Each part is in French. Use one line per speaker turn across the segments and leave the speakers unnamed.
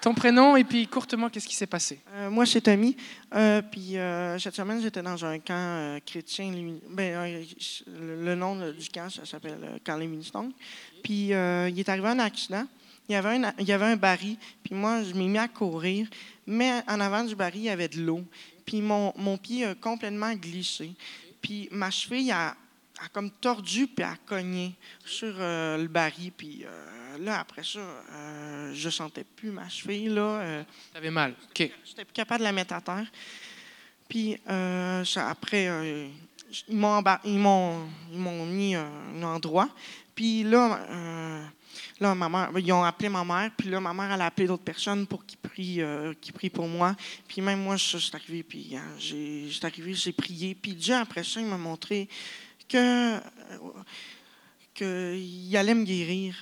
Ton prénom et puis courtement, qu'est-ce qui s'est passé?
Euh, moi, c'est Tommy. Euh, puis euh, cette semaine, j'étais dans un camp euh, chrétien. lumi- ben, euh, j- le le nom euh, du camp, ça s'appelle euh, Camp Les Ministons. Puis euh, il est arrivé un accident. Il y avait un, a- il y avait un baril. Puis moi, je m'ai mis à courir. Mais en avant du baril, il y avait de l'eau. Puis mon, mon pied a complètement glissé. Puis ma cheville a, a comme tordu puis a cogné sur euh, le baril. Puis euh, là, après ça, euh, je sentais plus ma cheville. Là, euh,
T'avais mal. OK.
J'étais plus capable de la mettre à terre. Puis euh, ça- après, euh, j- ils m'ont embar- ils m'ont- ils m'ont mis euh, un endroit. Puis là, euh, là ma mère, ils ont appelé ma mère. Puis là, ma mère, elle a appelé d'autres personnes pour qu'ils prient, euh, qu'ils prient pour moi. Puis même moi, je, je suis arrivé, puis hein, j'ai, j'étais arrivé, j'ai prié. Puis Dieu, après ça, il m'a montré que euh, qu'il allait me guérir.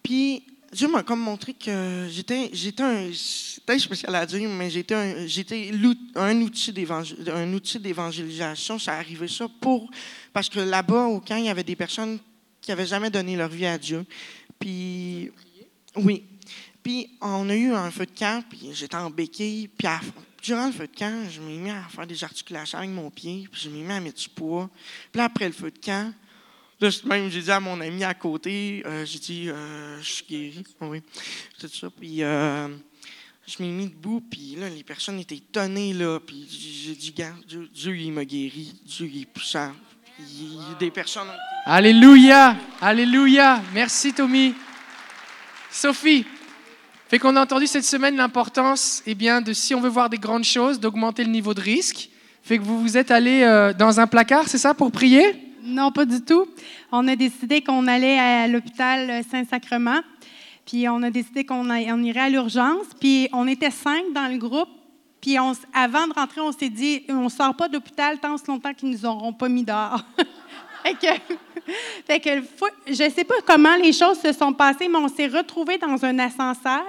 Puis Dieu m'a comme montré que j'étais, j'étais un, c'est peut-être spécial à dire, mais j'étais un, j'étais l'out- un outil d'évangé- un outil d'évangélisation. Ça arrivait ça pour, parce que là-bas, au camp, il y avait des personnes qui n'avaient jamais donné leur vie à Dieu. Puis, oui. Puis, on a eu un feu de camp, puis j'étais en béquille. Puis, à- durant le feu de camp, je m'ai mis à faire des articulations avec mon pied, puis je m'ai mis à mettre du poids. Puis là, après le feu de camp, Là, c'est même, j'ai dit à mon ami à côté, euh, j'ai dit, euh, je suis guéri. Oui, tout ça. Puis, euh, je m'ai mis debout, puis là, les personnes étaient étonnées, là. Puis, j'ai j'ai dit, Garde, Dieu, Dieu, il m'a guéri. Dieu, il est puissant. Puis, il- il- des personnes.
Alléluia! Alléluia! Merci, Tommy. Sophie, fait qu'on a entendu cette semaine l'importance, eh bien, de si on veut voir des grandes choses, d'augmenter le niveau de risque. Fait que vous vous êtes allé euh, dans un placard, c'est ça, pour prier?
Non, pas du tout. On a décidé qu'on allait à l'hôpital Saint-Sacrement. Puis on a décidé qu'on a- on irait à l'urgence. Puis on était cinq dans le groupe. Puis on s- avant de rentrer, on s'est dit, on sort pas de l'hôpital tant ce longtemps qu'ils nous auront pas mis dehors. fait que, fait que faut- je sais pas comment les choses se sont passées, mais on s'est retrouvés dans un ascenseur.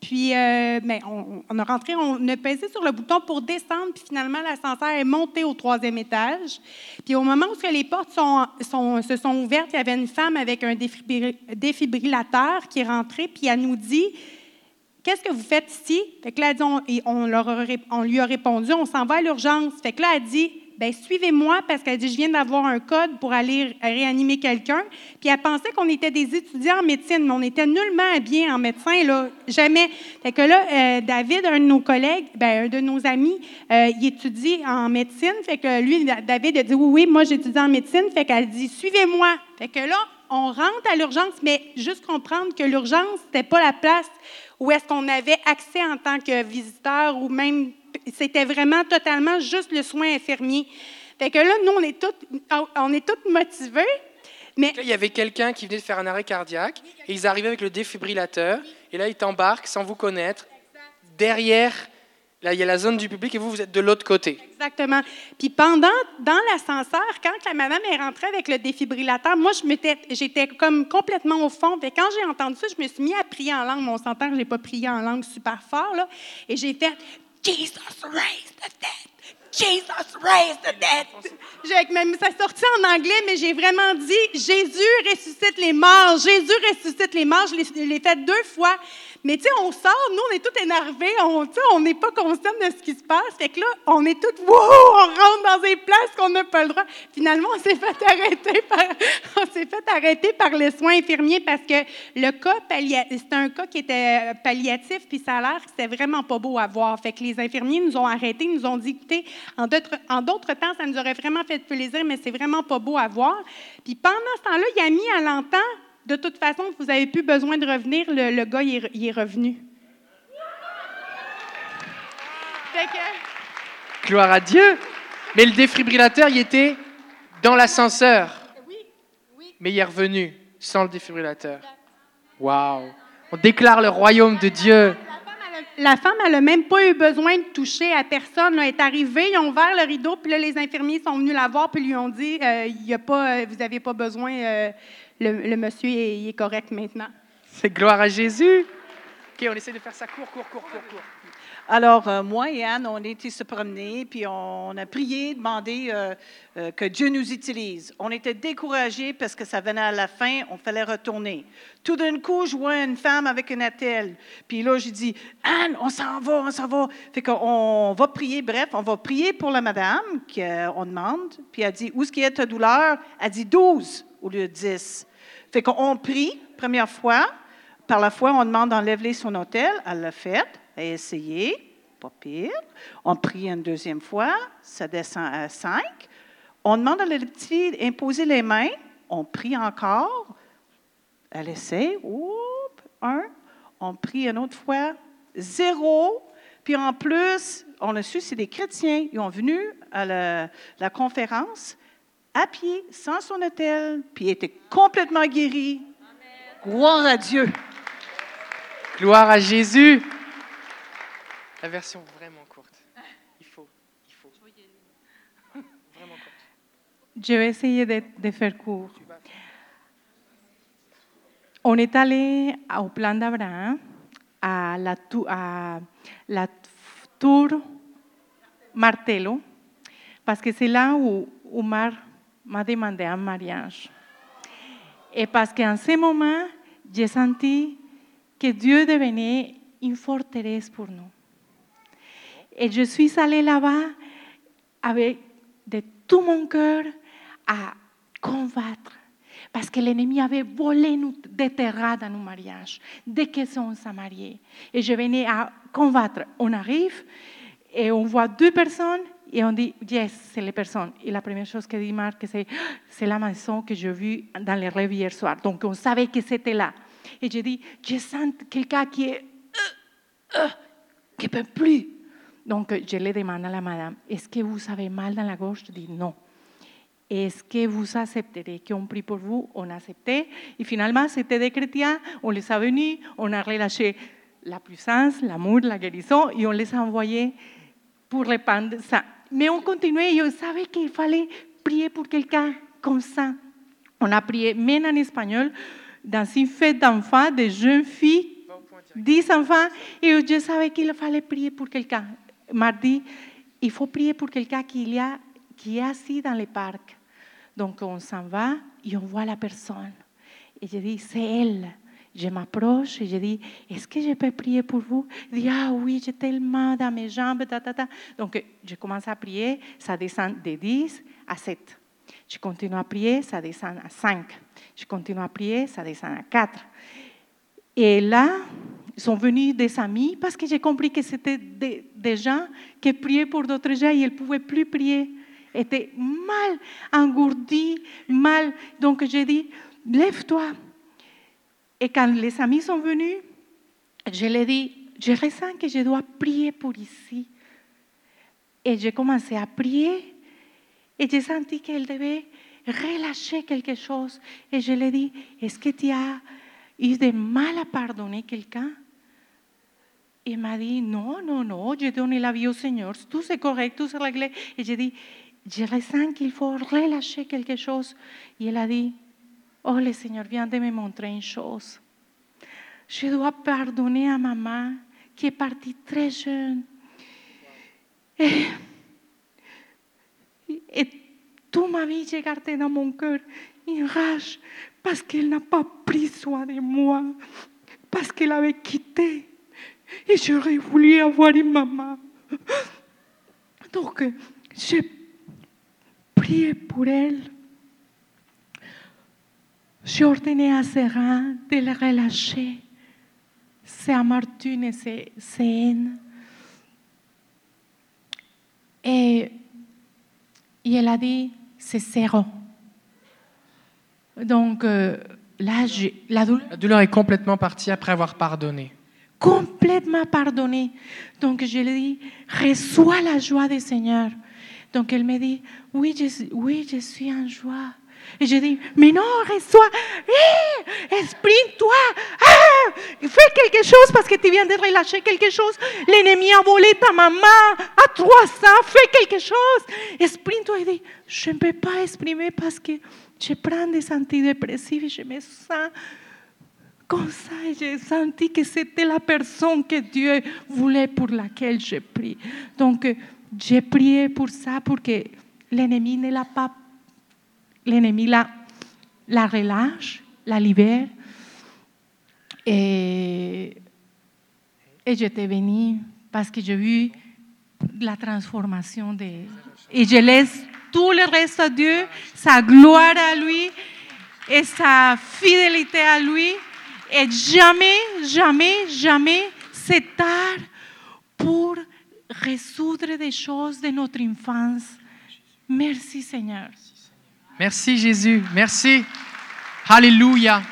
Puis, euh, ben, on, on a rentré, on a pesé sur le bouton pour descendre, puis finalement, l'ascenseur est monté au troisième étage. Puis, au moment où ce que les portes sont- sont- se sont ouvertes, il y avait une femme avec un défibri- défibrillateur qui est rentrée, puis elle nous dit Qu'est-ce que vous faites ici? Fait que là, elle dit, on, et on leur a ré- on lui a répondu, on s'en va à l'urgence. Fait que là, elle dit, ben suivez-moi parce qu'elle dit, je viens d'avoir un code pour aller ré- réanimer quelqu'un. Puis elle pensait qu'on était des étudiants en médecine, mais on était nullement habillés en médecin, là, jamais. Fait que là, euh, David, un de nos collègues, ben, un de nos amis, euh, il étudie en médecine. Fait que lui, David a dit, oui, oui, moi, j'étudie en médecine. Fait qu'elle dit, suivez-moi. Fait que là, on rentre à l'urgence, mais juste comprendre que l'urgence, c'était pas la place où est-ce qu'on avait accès en tant que visiteur ou même c'était vraiment totalement juste le soin infirmier. Fait que là, nous, on est toutes, on est toutes motivés, mais
Là, il y avait quelqu'un qui venait de faire un arrêt cardiaque et ils arrivaient avec le défibrillateur et là, ils t'embarquent sans vous connaître. Derrière, là, il y a la zone du public et vous, vous êtes de l'autre côté.
Exactement. Puis pendant, dans l'ascenseur, quand la maman est rentrée avec le défibrillateur, moi, je m'étais, j'étais comme complètement au fond. Puis quand j'ai entendu ça, je me suis mis à prier en langue. Mon s'entend que je n'ai pas prié en langue super fort, là. Et j'ai fait Jesus raise the dead! Jesus raise the dead! J'ai- même- ça sortit en anglais, mais j'ai vraiment dit Jésus ressuscite les morts, Jésus ressuscite les morts. Je l'ai- je l'ai fait deux fois. Mais tu sais, on sort, nous, on est tout énervés, on tu sais, on n'est pas conscient de ce qui se passe. Fait que là, on est toutes, wouh, on rentre dans des places qu'on n'a pas le droit. Finalement, on s'est fait arrêter par, on s'est fait arrêter par les soins infirmiers parce que le cas palliatif, c'était un cas qui était euh, palliatif, puis ça a l'air que c'était vraiment pas beau à voir. Fait que les infirmiers nous ont arrêtés, nous ont dit, écoutez, en d'autres, en d'autres temps, ça nous aurait vraiment fait plaisir, mais c'est vraiment pas beau à voir. Puis pendant ce temps-là, Yami, elle entend, de toute façon, vous n'avez plus besoin de revenir, le, le gars, il est, re- il est revenu. Fait que,
Gloire à Dieu. Mais le défibrillateur, il était dans l'ascenseur. Mais il est revenu sans le défibrillateur. Waouh. On déclare le royaume de Dieu.
la femme, elle n'a même pas eu besoin de toucher à personne. là. Elle est arrivée, ils ont ouvert le rideau, puis là, les infirmiers sont venus la voir, puis lui ont dit euh, Il y a pas, euh, Vous n'avez pas besoin, euh, le, le monsieur est, il est correct maintenant.
C'est gloire à Jésus. OK, on essaie de faire ça court, court, court, court, court.
Alors, euh, moi et Anne, on a été se promener, puis on a prié, demandé euh, euh, que Dieu nous utilise. On était découragés parce que ça venait à la fin, on fallait retourner. Tout d'un coup, je vois une femme avec une attelle. Puis là, j'ai dit, Anne, on s'en va, on s'en va. Fait qu'on on va prier, bref, on va prier pour la madame qu'on demande. Puis elle dit, où est-ce qu'il y a ta douleur? Elle dit 12 au lieu de 10. Fait qu'on prie, première fois. Par la foi, on demande d'enlever son hôtel. Elle l'a fait. Elle a essayé. Pas pire. On prie une deuxième fois. Ça descend à 5. On demande à la petite fille d'imposer les mains. On prie encore. Elle essaie. Oup, un. On prie une autre fois. Zéro. Puis en plus, on a su, c'est des chrétiens. Ils ont venu à la, la conférence à pied, sans son hôtel, puis ils étaient complètement guéris. Gloire à Dieu.
Gloire à Jésus. La version vraiment courte. Il faut, il faut. Vraiment courte.
Je vais essayer de, de faire court. On est allé au plan d'Abraham, à la, tou- à la tour Martello, parce que c'est là où Omar m'a demandé un mariage. E Et parce qu'en ce moment, j'ai senti que Dieu devenait une forteresse pour nous. Et je suis allée là-bas avec de tout mon cœur à combattre. Parce que l'ennemi avait volé nous des terrains dans nos mariages, dès qu'on s'est mariés. Et je venais à combattre. On arrive et on voit deux personnes et on dit, yes, c'est les personnes. Et la première chose que dit Marc, c'est, Ah, c'est la maison que j'ai vue dans les rêves hier soir. Donc on savait que c'était là. Et je dis, je sens quelqu'un qui est euh, qui ne peut plus. Donc, euh, je le demande à la madame, est-ce que vous avez mal dans la gorge Je dis non. Est-ce que vous accepterez qu'on prie pour vous On acceptait. Et finalement, c'était des chrétiens, on les a venus, on a relâché la puissance, l'amour, la guérison, et on les a envoyés pour répandre ça. Mais on continuait et on savait qu'il fallait prier pour quelqu'un comme ça. On a prié, même en espagnol, dans une fête d'enfants, des jeunes filles 10 enfants et je savais qu'il fallait prier pour quelqu'un. Mardi, il faut prier pour quelqu'un qui, est a, qui est assis dans le parc. Donc on s'en va et on voit la personne. Et je dis, c'est elle. Je m'approche et je dis, est-ce que je peux prier pour vous Il dit, ah oui, j'ai tellement dans mes jambes, ta, ta, ta. Donc je commence à prier, ça descend de 10 à 7. Je continue à prier, ça descend à 5. Je continue à prier, ça descend à 4. Et là, sont venus des amis parce que j'ai compris que c'était des, des gens qui priaient pour d'autres gens et ils ne pouvaient plus prier. Ils étaient mal engourdis, mal. Donc j'ai dit, lève-toi. Et quand les amis sont venus, je leur ai dit, je ressens que je dois prier pour ici. Et j'ai commencé à prier et j'ai senti qu'elle devait relâcher quelque chose. Et je lui ai dit, est-ce que tu as eu de mal à pardonner quelqu'un Et elle m'a dit, non, non, non, j'ai donné la vie au Seigneur, tout c'est correct, tout c'est réglé. Et j'ai dit, je ressens qu'il faut relâcher quelque chose. Et elle a dit, oh, le Seigneur vient de me montrer une chose. Je dois pardonner à maman qui est partie très jeune. Et toute ma vie, j'ai gardé dans mon cœur une rage parce qu'elle n'a pas pris soin de moi, parce qu'elle avait quitté. Et j'aurais voulu avoir une maman. Donc, j'ai prié pour elle. J'ai ordonné à Sérin de la relâcher, ses amertumes et ses, ses haines. Et et elle a dit, c'est zéro. Donc euh, là, j'ai- la douleur
La douleur est complètement partie après avoir pardonné.
complètement pardonnée. Donc je lui ai dit, reçois la joie du Seigneur. Donc elle me dit, oui, je, suis- oui, je suis en joie. Et je dis, mais non, reçois, Eh, exprime-toi, Ah! fais quelque chose parce que tu viens de relâcher quelque chose. L'ennemi a volé ta maman à 300, fais quelque chose. Exprime-toi et dis, je ne peux pas exprimer parce que je prends des antidépressifs et je me sens Comme ça, j'ai senti que c'était la personne que Dieu voulait pour laquelle je prie. Donc, euh, j'ai prié pour ça, pour que l'ennemi ne l'a pas. L'ennemi la, la relâche, la libère. Et, et j'étais bénie parce que j'ai vu la transformation de... Et je laisse tout le reste à Dieu, sa gloire à lui et sa fidélité à lui. Et jamais, jamais, jamais c'est tard pour résoudre des choses de notre enfance. Merci Seigneur.
Merci Jésus, merci. Alléluia.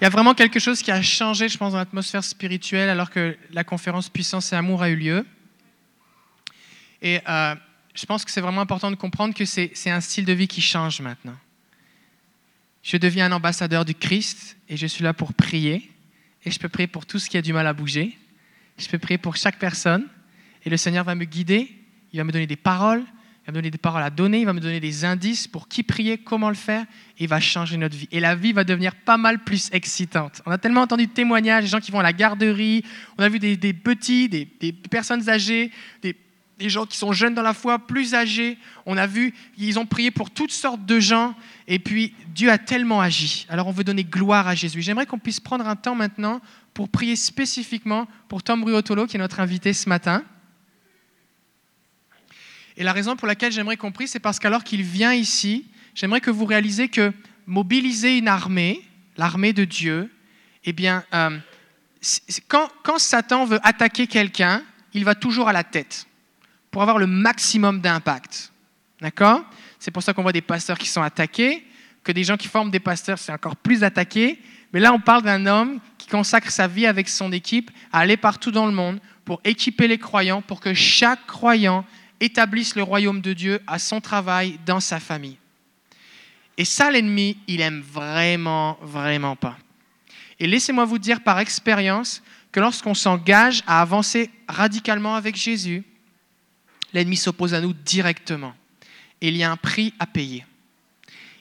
Il y a vraiment quelque chose qui a changé, je pense, dans l'atmosphère spirituelle alors que la conférence Puissance et Amour a eu lieu. Et euh, je pense que c'est vraiment important de comprendre que c'est c'est un style de vie qui change maintenant. Je deviens un ambassadeur du Christ et je suis là pour prier. Et je peux prier pour tout ce qui a du mal à bouger. Je peux prier pour chaque personne. Et le Seigneur va me guider. Il va me donner des paroles. Il va me donner des paroles à donner. Il va me donner des indices pour qui prier, comment le faire. Et il va changer notre vie. Et la vie va devenir pas mal plus excitante. On a tellement entendu de témoignages, des gens qui vont à la garderie. On a vu des, des petits, des, des personnes âgées, des, des gens qui sont jeunes dans la foi, plus âgés. On a vu, ils ont prié pour toutes sortes de gens. Et puis, Dieu a tellement agi. Alors, on veut donner gloire à Jésus. J'aimerais qu'on puisse prendre un temps maintenant pour prier spécifiquement pour Tom Ruotolo, qui est notre invité ce matin. Et la raison pour laquelle j'aimerais qu'on prie, c'est parce qu'alors qu'il vient ici, j'aimerais que vous réalisez que mobiliser une armée, l'armée de Dieu, eh bien, euh, c'est- c'est- quand, quand Satan veut attaquer quelqu'un, il va toujours à la tête pour avoir le maximum d'impact. D'accord C'est pour ça qu'on voit des pasteurs qui sont attaqués, que des gens qui forment des pasteurs, c'est encore plus attaqué. Mais là, on parle d'un homme qui consacre sa vie avec son équipe à aller partout dans le monde pour équiper les croyants, pour que chaque croyant établisse le royaume de Dieu à son travail, dans sa famille. Et ça, l'ennemi, il aime vraiment, vraiment pas. Et laissez-moi vous dire par expérience que lorsqu'on s'engage à avancer radicalement avec Jésus, l'ennemi s'oppose à nous directement. Et il y a un prix à payer.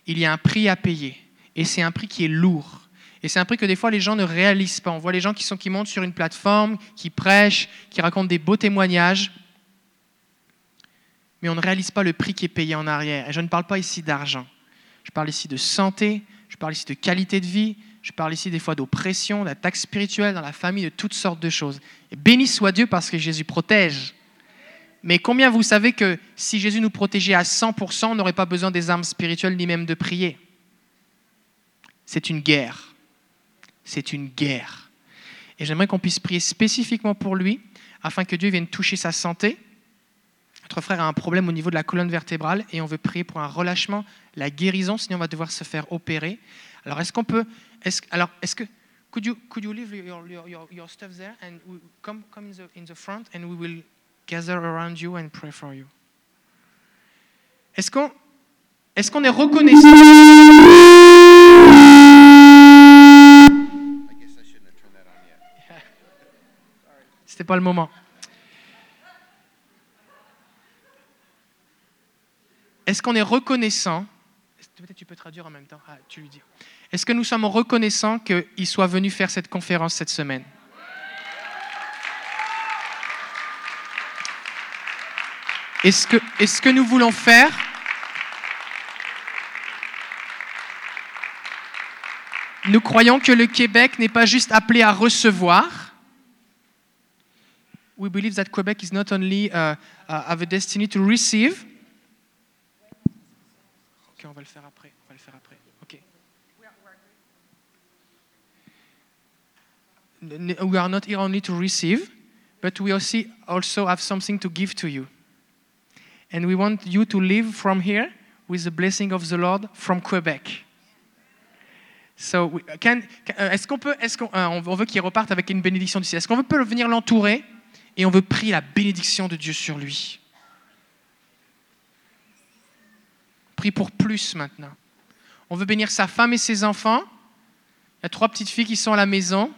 Il y a un prix à payer. Et c'est un prix qui est lourd. Et c'est un prix que des fois les gens ne réalisent pas. On voit les gens qui, sont, qui montent sur une plateforme, qui prêchent, qui racontent des beaux témoignages. Mais on ne réalise pas le prix qui est payé en arrière. Et je ne parle pas ici d'argent. Je parle ici de santé, je parle ici de qualité de vie, je parle ici des fois d'oppression, d'attaques spirituelles dans la famille, de toutes sortes de choses. Et béni soit Dieu parce que Jésus protège. Mais combien vous savez que si Jésus nous protégeait à 100%, on n'aurait pas besoin des armes spirituelles ni même de prier C'est une guerre. C'est une guerre. Et j'aimerais qu'on puisse prier spécifiquement pour lui, afin que Dieu vienne toucher sa santé. Notre frère a un problème au niveau de la colonne vertébrale et on veut prier pour un relâchement, la guérison, sinon on va devoir se faire opérer. Alors est-ce qu'on peut... Est-ce, alors est-ce que... Could you, could you leave your, your, your, your stuff there and we- come, come in, the, in the front and we will gather around you and pray for you. Est-ce qu'on est-ce qu'on est reconnaissant C'était pas le moment. Est-ce qu'on est reconnaissant Peut-être tu peux traduire en même temps. Ah, tu lui dis. Est-ce que nous sommes reconnaissants qu'il soit venu faire cette conférence cette semaine Est-ce que, est-ce que nous voulons faire Nous croyons que le Québec n'est pas juste appelé à recevoir. We believe that Quebec is not only uh, uh, have a destiny to receive. Ok, on va le faire après. On va le faire après. Ok. N- n- We are not here only to receive, but we also also have something to give to you. And we want you to live from here with the blessing of the Lord from Quebec. So, we- can- can- euh, est-ce qu'on peut, est-ce qu'on, euh, on- on veut qu'il reparte avec une bénédiction du ciel Est-ce qu'on veut- peut venir l'entourer et on veut prier la bénédiction de Dieu sur lui Prie pour plus maintenant. On veut bénir sa femme et ses enfants. Il y a trois petites filles qui sont à la maison.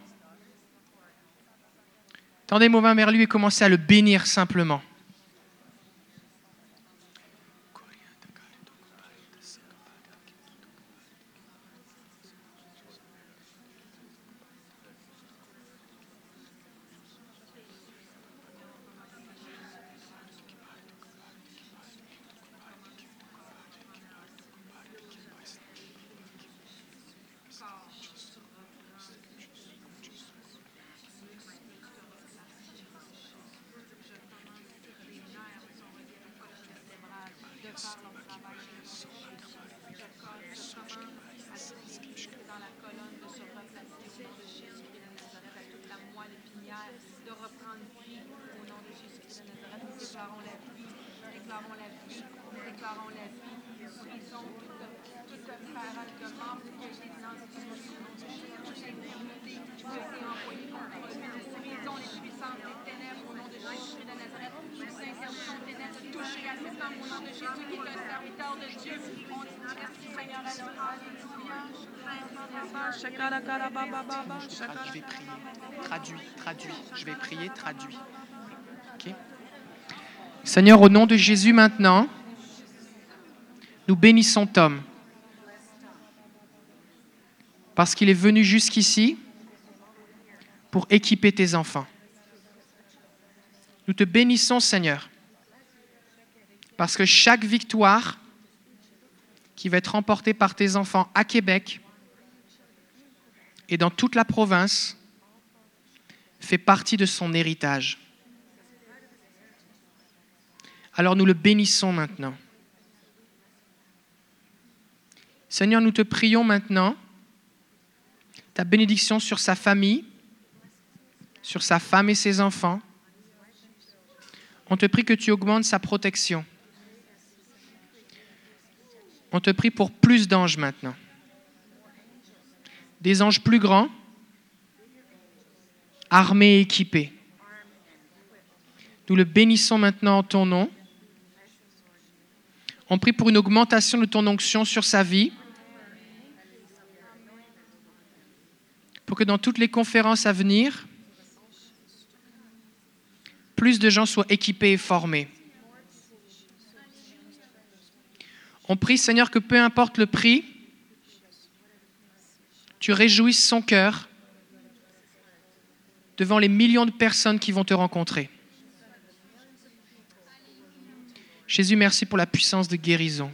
Tendez vos mains vers lui et commencez à le bénir simplement.
Tradu- je vais prier. Traduit, traduit. Je vais prier, traduit. OK?
Seigneur, au nom de Jésus maintenant, nous bénissons Tom. Parce qu'il est venu jusqu'ici pour équiper tes enfants. Nous te bénissons, Seigneur. Parce que chaque victoire qui va être remportée par tes enfants à Québec et dans toute la province fait partie de son héritage. Alors nous le bénissons maintenant. Seigneur, nous te prions maintenant ta bénédiction sur sa famille, sur sa femme et ses enfants. On te prie que tu augmentes sa protection. On te prie pour plus d'anges maintenant. Des anges plus grands, armés et équipés. Nous le bénissons maintenant en ton nom. On prie pour une augmentation de ton onction sur sa vie, pour que dans toutes les conférences à venir, plus de gens soient équipés et formés. On prie, Seigneur, que peu importe le prix, tu réjouisses son cœur devant les millions de personnes qui vont te rencontrer. Jésus, merci pour la puissance de guérison.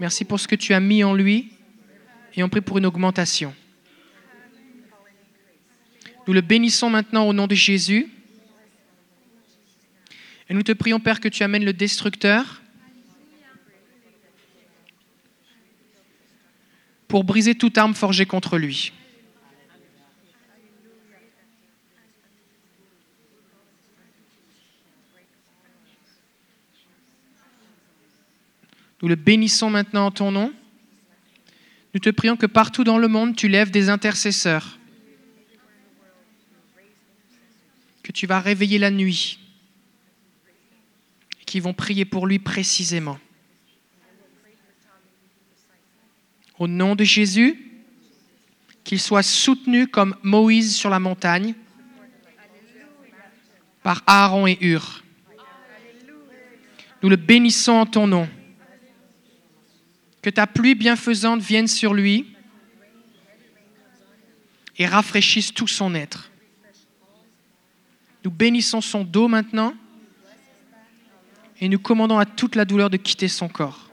Merci pour ce que tu as mis en lui et on prie pour une augmentation. Nous le bénissons maintenant au nom de Jésus. Et nous te prions, Père, que tu amènes le destructeur pour briser toute arme forgée contre lui. Nous le bénissons maintenant en ton nom. Nous te prions que partout dans le monde, tu lèves des intercesseurs, que tu vas réveiller la nuit, et qui vont prier pour lui précisément. Au nom de Jésus, qu'il soit soutenu comme Moïse sur la montagne par Aaron et Hur. Nous le bénissons en ton nom. Que ta pluie bienfaisante vienne sur lui et rafraîchisse tout son être. Nous bénissons son dos maintenant et nous commandons à toute la douleur de quitter son corps.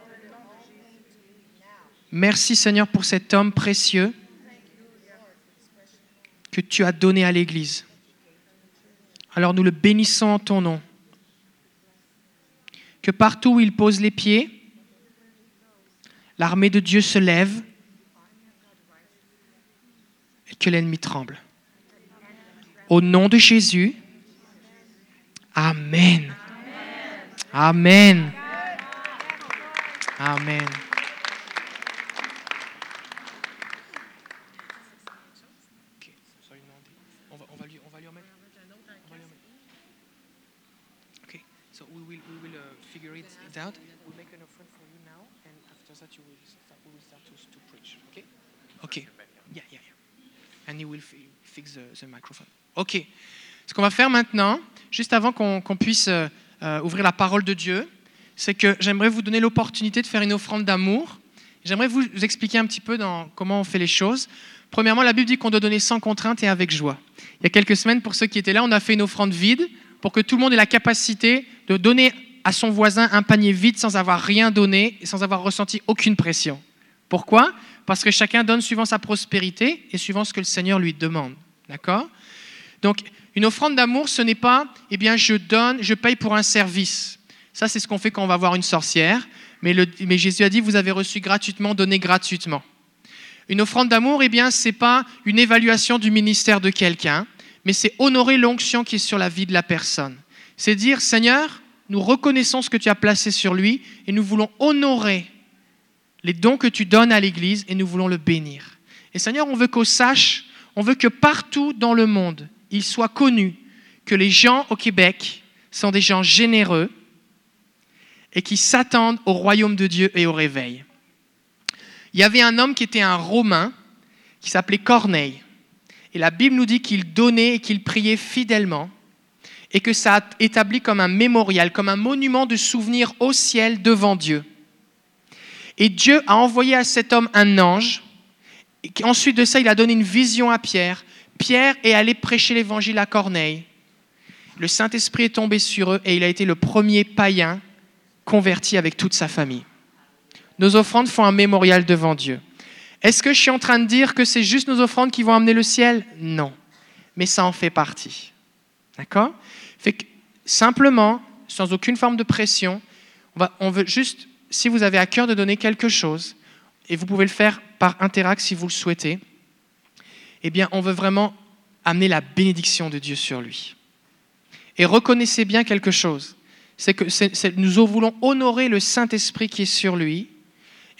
Merci Seigneur pour cet homme précieux que tu as donné à l'Église. Alors nous le bénissons en ton nom. Que partout où il pose les pieds, l'armée de Dieu se lève et que l'ennemi tremble. Au nom de Jésus, Amen. Amen. Amen. Okay, so we will, we will uh, figure it, it out. We'll make an offering for you now, and after that, you will start, we will start to, to preach. Okay? Okay. Yeah, yeah, yeah. And you will fi- fix the, the microphone. Okay. Ce qu'on va faire maintenant, juste avant qu'on qu'on puisse euh, euh, ouvrir la parole de Dieu, c'est que j'aimerais vous donner l'opportunité de faire une offrande d'amour. J'aimerais vous vous expliquer un petit peu dans comment on fait les choses. Premièrement, la Bible dit qu'on doit donner sans contrainte et avec joie. Il y a quelques semaines, pour ceux qui étaient là, on a fait une offrande vide pour que tout le monde ait la capacité de donner à son voisin un panier vide sans avoir rien donné et sans avoir ressenti aucune pression. Pourquoi Parce que chacun donne suivant sa prospérité et suivant ce que le Seigneur lui demande. D'accord Donc, une offrande d'amour, ce n'est pas, eh bien, je donne, je paye pour un service. Ça, c'est ce qu'on fait quand on va voir une sorcière. Mais, le- mais Jésus a dit, vous avez reçu gratuitement, donnez gratuitement. Une offrande d'amour, eh bien, c'est pas une évaluation du ministère de quelqu'un, mais c'est honorer l'onction qui est sur la vie de la personne. C'est dire, Seigneur, nous reconnaissons ce que tu as placé sur lui et nous voulons honorer les dons que tu donnes à l'Église et nous voulons le bénir. Et Seigneur, on veut qu'on sache, on veut que partout dans le monde, il soit connu que les gens au Québec sont des gens généreux et qui s'attendent au royaume de Dieu et au réveil. Il y avait un homme qui était un Romain, qui s'appelait Corneille. Et la Bible nous dit qu'il donnait et qu'il priait fidèlement, et que ça a établi comme un mémorial, comme un monument de souvenir au ciel devant Dieu. Et Dieu a envoyé à cet homme un ange. Et qui- ensuite de ça, il a donné une vision à Pierre. Pierre est allé prêcher l'évangile à Corneille. Le Saint-Esprit est tombé sur eux et il a été le premier païen converti avec toute sa famille. Nos offrandes font un mémorial devant Dieu. Est-ce que je suis en train de dire que c'est juste nos offrandes qui vont amener le ciel Non. Mais ça en fait partie. D'accord Fait que simplement, sans aucune forme de pression, on, va- on veut juste, si vous avez à cœur de donner quelque chose, et vous pouvez le faire par Interact si vous le souhaitez, eh bien, on veut vraiment amener la bénédiction de Dieu sur lui. Et reconnaissez bien quelque chose, c'est que c'est- c'est- nous voulons honorer le Saint-Esprit qui est sur lui,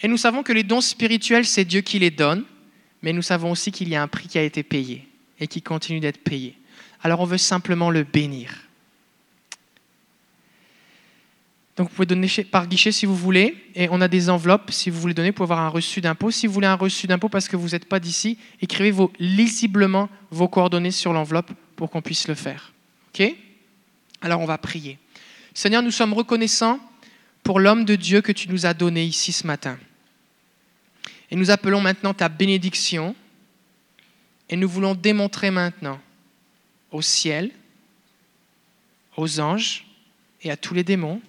et nous savons que les dons spirituels, c'est Dieu qui les donne, mais nous savons aussi qu'il y a un prix qui a été payé et qui continue d'être payé. Alors on veut simplement le bénir. Donc vous pouvez donner chez- par guichet si vous voulez, et on a des enveloppes si vous voulez donner pour avoir un reçu d'impôt. Si vous voulez un reçu d'impôt parce que vous n'êtes pas d'ici, écrivez vos- lisiblement vos coordonnées sur l'enveloppe pour qu'on puisse le faire. OK Alors on va prier. Seigneur, nous sommes reconnaissants pour l'homme de Dieu que tu nous as donné ici ce matin. Et nous appelons maintenant ta bénédiction et nous voulons démontrer maintenant au ciel, aux anges et à tous les démons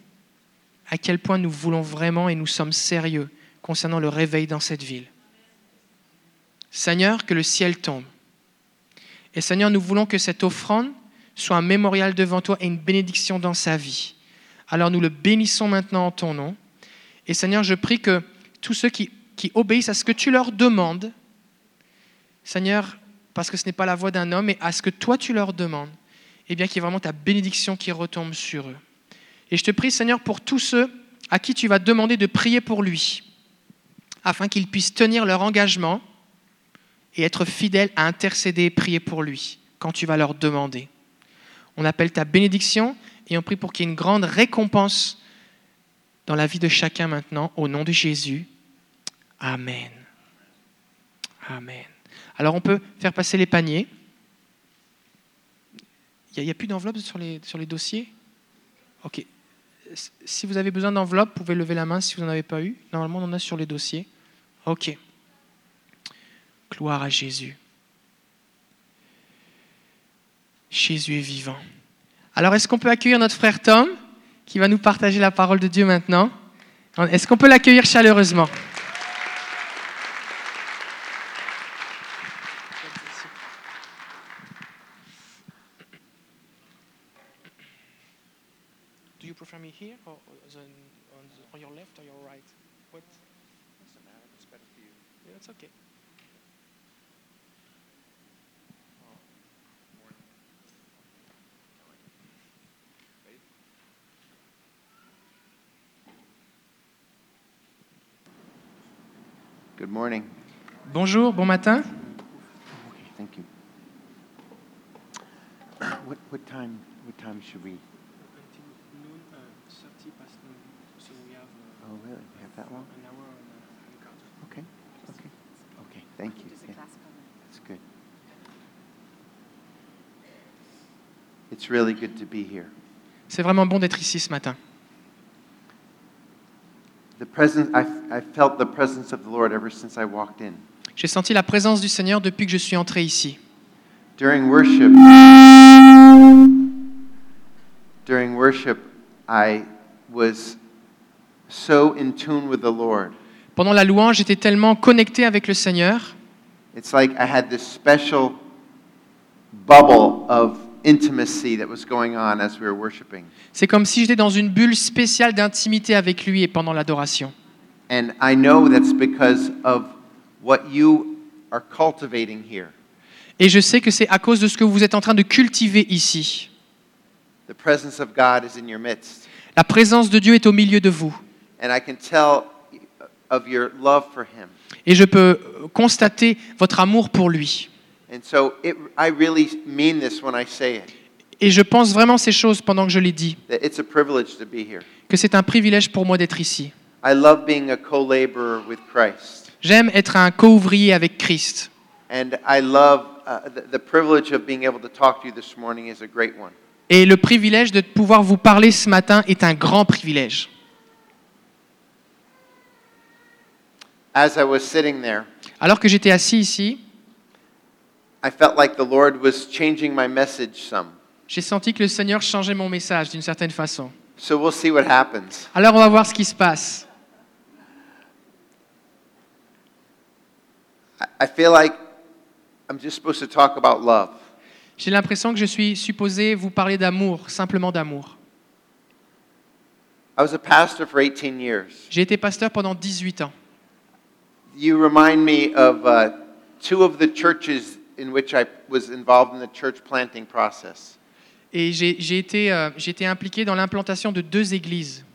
à quel point nous voulons vraiment et nous sommes sérieux concernant le réveil dans cette ville. Seigneur, que le ciel tombe. Et Seigneur, nous voulons que cette offrande soit un mémorial devant toi et une bénédiction dans sa vie. Alors nous le bénissons maintenant en ton nom. Et Seigneur, je prie que tous ceux qui, qui obéissent à ce que tu leur demandes, Seigneur, parce que ce n'est pas la voix d'un homme, mais à ce que toi tu leur demandes, eh bien qu'il y ait vraiment ta bénédiction qui retombe sur eux. Et je te prie, Seigneur, pour tous ceux à qui tu vas demander de prier pour lui, afin qu'ils puissent tenir leur engagement et être fidèles à intercéder et prier pour lui quand tu vas leur demander. On appelle ta bénédiction et on prie pour qu'il y ait une grande récompense dans la vie de chacun maintenant, au nom de Jésus. Amen. Amen. Alors on peut faire passer les paniers. Il n'y a, plus d'enveloppe sur les, sur les dossiers Ok. S- Si vous avez besoin d'enveloppe, vous pouvez lever la main si vous n'en avez pas eu. Normalement, on en a sur les dossiers. Ok. Gloire à Jésus. Jésus est vivant. Alors, est-ce qu'on peut accueillir notre frère Tom, qui va nous partager la parole de Dieu maintenant Est-ce qu'on peut l'accueillir chaleureusement Do you prefer me here or or the- on, the- on your left or your right? What? Doesn't matter. It's better for you. Yeah, it's okay.
Good morning.
Bonjour, bon matin.
Thank you. What, what time, what time should we? Oh, really? We have that long? Okay, okay, okay, thank you. Yeah, That's good. It's really good to be here.
C'est vraiment bon d'être ici ce matin.
The presence, I, f- I felt the presence of the Lord ever since I walked in.
J'ai senti la présence du Seigneur depuis que je suis entré ici.
During worship, during worship, I was so in tune with the Lord.
Pendant la louange, j'étais tellement connecté avec le Seigneur.
It's like I had this special bubble of intimacy that was going on as we were worshiping.
C'est comme si j'étais dans une bulle spéciale d'intimité avec lui et pendant l'adoration.
And I know that's because of what you are cultivating here
Et je sais que c'est à cause de ce que vous êtes en train de cultiver ici.
the presence of God is in your midst.
La présence de Dieu est au milieu de vous.
And I can tell of your love for Him.
Et je peux constater votre amour pour lui.
And so it, I really mean this when I say it
Et je pense vraiment ces choses pendant que je les dis,
that it's a privilege to be here.
que c'est un privilège pour moi d'être ici.
I love being a co laborer with Christ.
J'aime être un co-ouvrier avec Christ.
And I love uh, the, the privilege of being able to talk to you this morning is a great one.
Et le privilège de pouvoir vous parler ce matin est un grand privilège.
As I was sitting there,
Alors que j'étais assis ici,
I felt like the Lord was changing my message some.
j'ai senti que le Seigneur changeait mon message d'une certaine façon.
So we'll see what happens.
Alors on va voir ce qui se passe.
I- I feel like I'm just supposed to talk about love.
J'ai l'impression que je suis supposé vous parler d'amour, simplement d'amour.
I was a pastor for 18 years.
J'ai été pasteur pendant 18 ans.
You remind me of uh, two of the churches in which I was involved in the church planting process.
Et j'ai j'ai été, euh, j'ai été impliqué dans l'implantation de deux églises.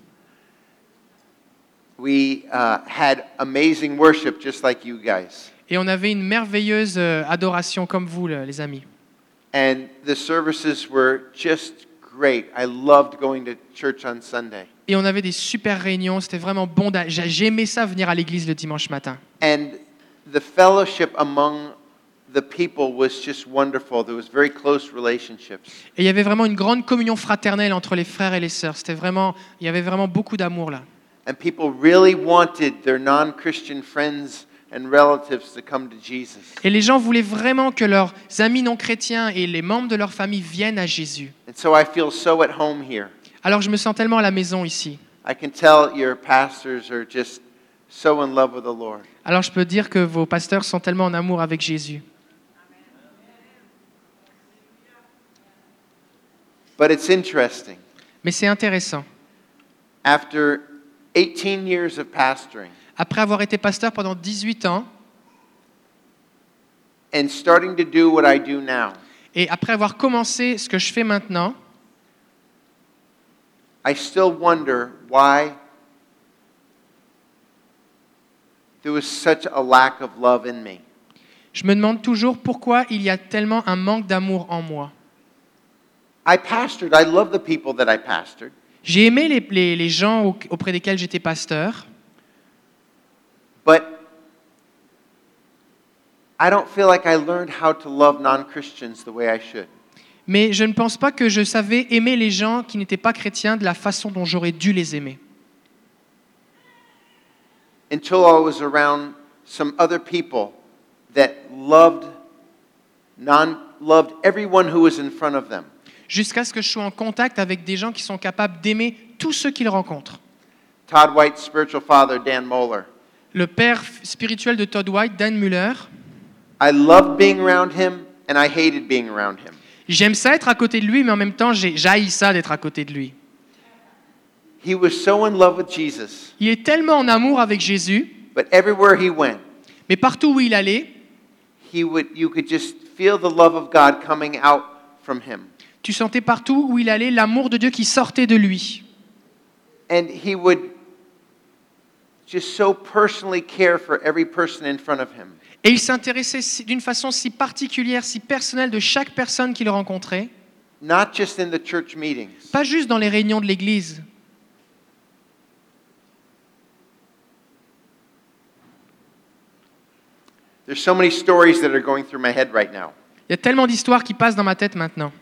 We uh, had amazing worship just like you guys.
Et on avait une merveilleuse euh, adoration comme vous, le- les amis.
And the services were just great. I loved going to church on Sunday.
Et on avait des super réunions, c'était vraiment bon. d'a- j'a- J'aimais ça venir à l'église le dimanche matin.
And the fellowship among the people was just wonderful. There was very close relationships.
Et il y avait vraiment une grande communion fraternelle entre les frères et les sœurs. C'était vraiment, il y avait vraiment beaucoup d'amour là.
And people really wanted their non-Christian friends and relatives to come to Jesus.
Et les gens voulaient vraiment que leurs amis non chrétiens et les membres de leur famille viennent à Jésus.
And so I feel so at home here.
Alors je me sens tellement à la maison ici.
I can tell your pastors are just so in love with the Lord.
Alors je peux dire que vos pasteurs sont tellement en amour avec Jésus.
But it's interesting.
Mais c'est intéressant.
After 18 years of pastoring
Après avoir été pasteur pendant 18 ans
and starting to do what I do now,
et après avoir commencé ce que je fais maintenant,
I still wonder why there was such a lack of love in me.
je me demande toujours pourquoi il y a tellement un manque d'amour en moi.
I pastored. I love the people that I pastored.
J'ai aimé les, les- les gens au- auprès desquels j'étais pasteur,
But I don't feel like I learned how to love non Christians the way I should.
mais je ne pense pas que je savais aimer les gens qui n'étaient pas chrétiens de la façon dont j'aurais dû les aimer.
Until I was around some other people that loved non loved everyone who was in front of them.
Jusqu'à ce que je sois en contact avec des gens qui sont capables d'aimer tous ceux qu'ils rencontrent.
Todd White's spiritual father, Dan Moeller.
Le père spirituel de Todd White, Dan Muller,
I loved being around him and I hated being around him.
j'aime ça être à côté de lui, mais en même temps, j'ai- j'haïs ça d'être à côté de lui.
He was so in love with Jesus,
Il est tellement en amour avec Jésus,
but everywhere he went,
mais partout où il allait,
he would you could just feel the love of God coming out from him.
tu sentais partout où il allait l'amour de Dieu qui sortait de lui.
And he would just so personally care for every person in front of him.
Et il s'intéressait si- d'une façon si particulière, si personnelle de chaque personne qu'il rencontrait,
Not just in the church meetings,
pas juste dans les réunions de l'Église.
there's so many stories that are going through my head right now
Il y a tellement d'histoires qui passent dans ma tête maintenant,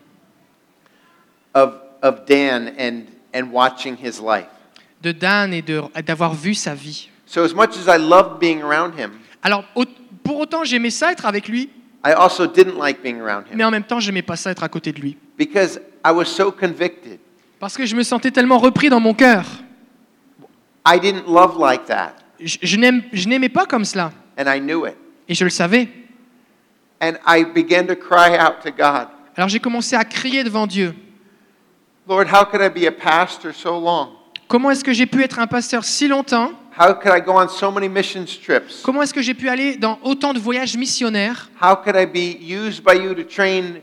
of, of Dan and, and watching his life.
de Dan et de- d'avoir vu sa vie.
So, as much as I loved being around him,
Alors, au- pour autant, j'aimais ça être avec lui,
I also didn't like being around
mais
him
en même temps, j'aimais pas ça être à côté de lui.
because I was so convicted.
Parce que je me sentais tellement repris dans mon cœur.
I didn't love like that,
Je, je n'aime- je n'aimais pas comme cela,
and I knew it.
et je le savais.
And I began to cry out to God
Alors j'ai commencé à crier devant Dieu.
Lord, how could I be a pastor so long?
Comment est-ce que j'ai pu être un pasteur si longtemps
How could I go on so many missions trips?
Comment est-ce que j'ai pu aller dans autant de voyages missionnaires
How could I be used by you to train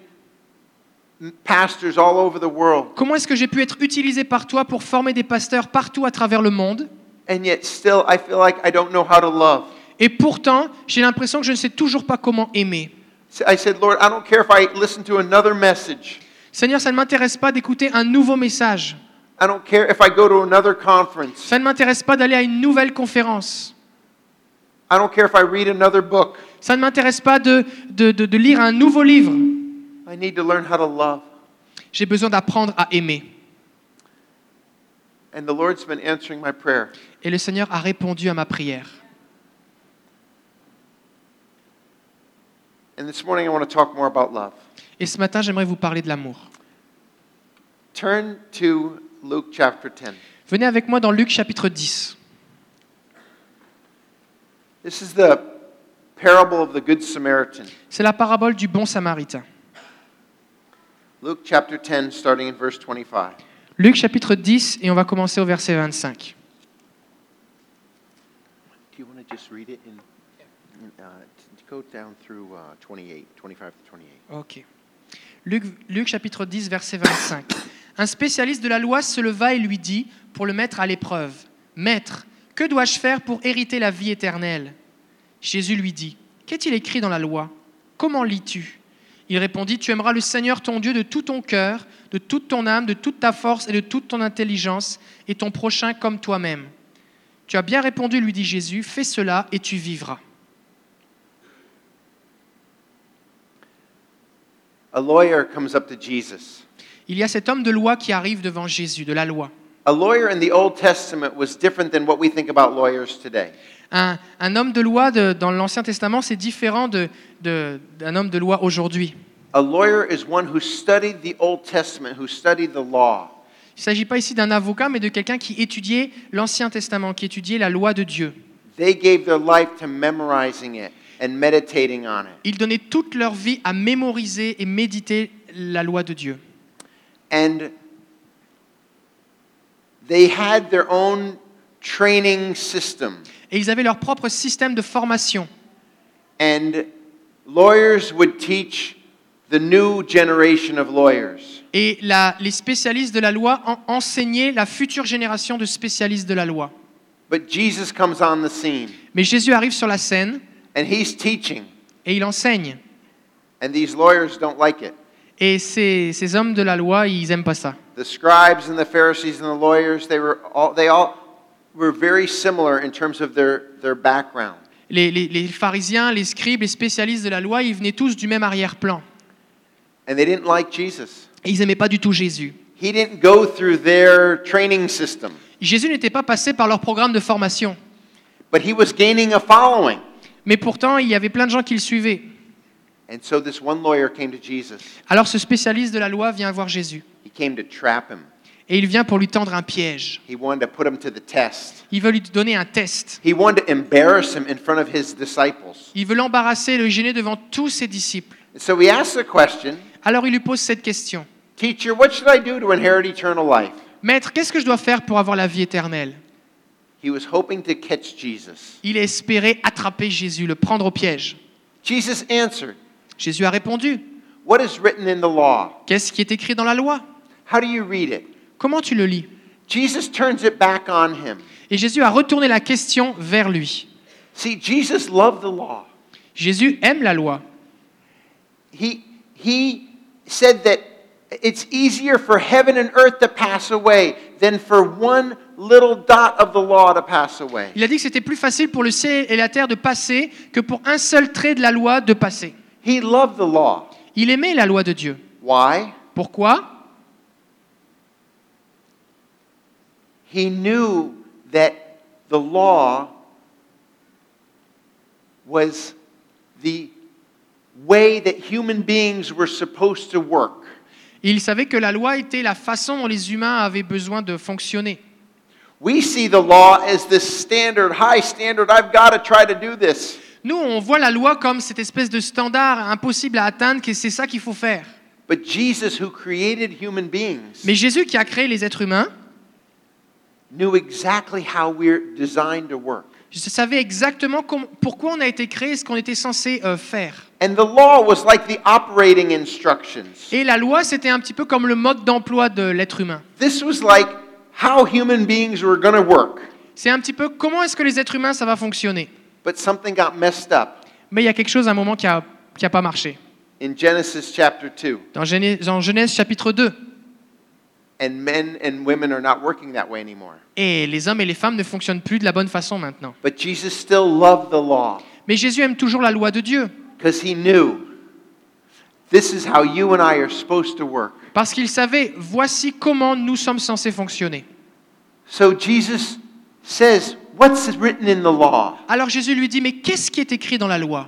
pastors all over the world?
Comment est-ce que j'ai pu être utilisé par toi pour former des pasteurs partout à travers le monde
And yet, still, I feel like I don't know how to love.
Et pourtant, j'ai l'impression que je ne sais toujours pas comment aimer.
So I said, Lord, I don't care if I listen to another message.
Seigneur, ça ne m'intéresse pas d'écouter un nouveau message.
I don't care if I go to another conference.
Ça ne m'intéresse pas d'aller à une nouvelle conférence.
I don't care if I read another book.
Ça ne m'intéresse pas de, de, de- de lire un nouveau livre.
I need to learn how to love.
J'ai besoin d'apprendre à aimer.
And the Lord's been answering my prayer.
Et le Seigneur a répondu à ma prière.
And this morning, I want to talk more about love.
Et ce matin, j'aimerais vous parler de l'amour.
Turn to Luke chapter 10.
Venez avec moi dans Luc chapitre 10.
This is the parable of the Good Samaritan.
C'est la parabole du bon samaritain.
Luke chapter 10, starting in verse 25.
Luc chapitre 10, et on va commencer au verset 25.
Do you want to just read it in, in, uh, t- go down through uh, 28, 25 to 28?
Ok. Luc, Luc, chapitre 10, verset 25. Un spécialiste de la loi se leva et lui dit, pour le mettre à l'épreuve, Maître, que dois-je faire pour hériter la vie éternelle Jésus lui dit, Qu'est-il écrit dans la loi Comment lis-tu Il répondit, Tu aimeras le Seigneur ton Dieu de tout ton cœur, de toute ton âme, de toute ta force et de toute ton intelligence, et ton prochain comme toi-même. Tu as bien répondu, lui dit Jésus, fais cela et tu vivras.
A lawyer comes up to Jesus.
Il y a cet homme de loi qui arrive devant Jésus, de la loi.
A lawyer in the Old Testament was different than what we think about lawyers today.
Un, un homme de loi de- dans l'Ancien Testament, c'est différent de- de- d'un homme de loi aujourd'hui.
A lawyer is one who studied the Old Testament, who studied the law.
Il ne s'agit pas ici d'un avocat, mais de quelqu'un qui étudiait l'Ancien Testament, qui étudiait la loi de Dieu.
They gave their life to memorizing it and meditating on it.
Ils donnaient toute leur vie à mémoriser et méditer la loi de Dieu.
And they had their own training system.
Et ils avaient leur propre système de formation.
And lawyers would teach the new generation of lawyers.
Et la- les spécialistes de la loi en- enseignaient la future génération de spécialistes de la loi.
But Jesus comes on the scene
Mais Jésus arrive sur la scène
and he's teaching,
et il enseigne.
and these lawyers don't like it.
Et ces, ces hommes de la loi, ils n'aiment pas ça.
The scribes and the Pharisees and the lawyers, they were all they all were very similar in terms of their, their background.
Les, les- les pharisiens, les scribes, les spécialistes de la loi, ils venaient tous du même arrière-plan.
And they didn't like Jesus.
Et ils n'aimaient pas du tout Jésus.
He didn't go through their training system,
Jésus n'était pas passé par leur programme de formation.
but he was gaining a following.
Mais pourtant, il y avait plein de gens qui le suivaient.
And so this one lawyer came to Jesus.
Alors ce spécialiste de la loi vient voir Jésus.
He came to trap him.
Et il vient pour lui tendre un piège.
He wanted to put him to the test.
Il veut lui donner un test.
He wanted to embarrass him in front of his disciples.
Il veut l'embarrasser et le gêner devant tous ses disciples.
And so he asked the question
Alors il lui pose cette question.
Teacher, what should I do to inherit eternal life?
Maître, qu'est-ce que je dois faire pour avoir la vie éternelle
He was hoping to catch Jesus.
Il espérait attraper Jésus, le prendre au piège.
Jesus answered,
Jésus a répondu.
What is written in the law?
Qu'est-ce qui est écrit dans la loi
How do you read it?
Comment tu le lis
Jesus turns it back on him.
Et Jésus a retourné la question vers lui.
See, Jesus loved the law.
Jésus aime la loi.
He, he said that it's easier for heaven and earth to pass away than for one little dot of the law to pass away.
Il a dit que c'était plus facile pour le ciel et la terre de passer que pour un seul trait de la loi de passer.
He loved the law.
Il aimait la loi de Dieu.
Why?
Pourquoi
He knew that the law was the way that human beings were supposed to work.
Il savait que la loi était la façon dont les humains avaient besoin de fonctionner.
We see the law as this standard, high standard. I've got to try to do this.
Nous, on voit la loi comme cette espèce de standard impossible à atteindre, que c'est ça qu'il faut faire.
but Jesus, who created human beings,
Mais Jésus qui a créé les êtres humains,
knew exactly how we're designed to work.
je savais exactement com- pourquoi on a été créé et ce qu'on était censé euh, faire.
And the law was like the operating instructions.
Et la loi, c'était un petit peu comme le mode d'emploi de l'être humain.
This was like how human beings were going to work,
C'est un petit peu comment est-ce que les êtres humains, ça va fonctionner.
but something got messed up
Mais il y a quelque chose à un moment qui n'a qui a pas marché.
in Genesis chapter 2.
Dans Genèse, dans Genèse chapitre 2,
And men and women are not working that way anymore.
et les hommes et les femmes ne fonctionnent plus de la bonne façon maintenant.
But Jesus still loved the law
Mais Jésus aime toujours la loi de Dieu,
because he knew this is how you and I are supposed to work.
parce qu'il savait, voici comment nous sommes censés fonctionner.
So Jesus says, What's written in the law?
Alors Jésus lui dit, mais qu'est-ce qui est écrit dans la loi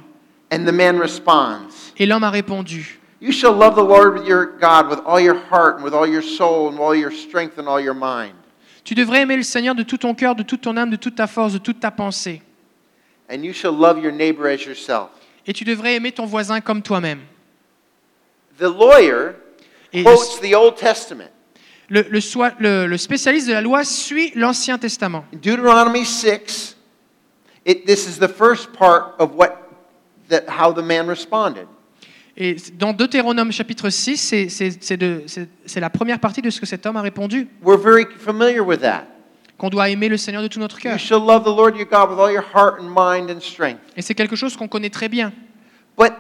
And the man responds,
Et l'homme a répondu,
You shall love the Lord your God with all your heart and with all your soul and with all your strength and all your mind.
tu devrais aimer le Seigneur de tout ton cœur, de toute ton âme, de toute ta force, de toute ta pensée.
And you shall love your neighbor as yourself.
Et tu devrais aimer ton voisin comme toi-même.
The lawyer
Et
quotes the Old Testament.
le, le soi- le- le spécialiste de la loi suit l'Ancien Testament.
In Deuteronomy 6, it, this is the first part of what, that, how the man responded.
Et dans Deutéronome chapitre 6, c'est- c'est- c'est de- c'est- c'est la première partie de ce que cet homme a répondu,
We're very familiar with that.
qu'on doit aimer le Seigneur de tout notre cœur.
You shall love the Lord your God with all your heart and mind and strength.
Et c'est quelque chose qu'on connaît très bien.
But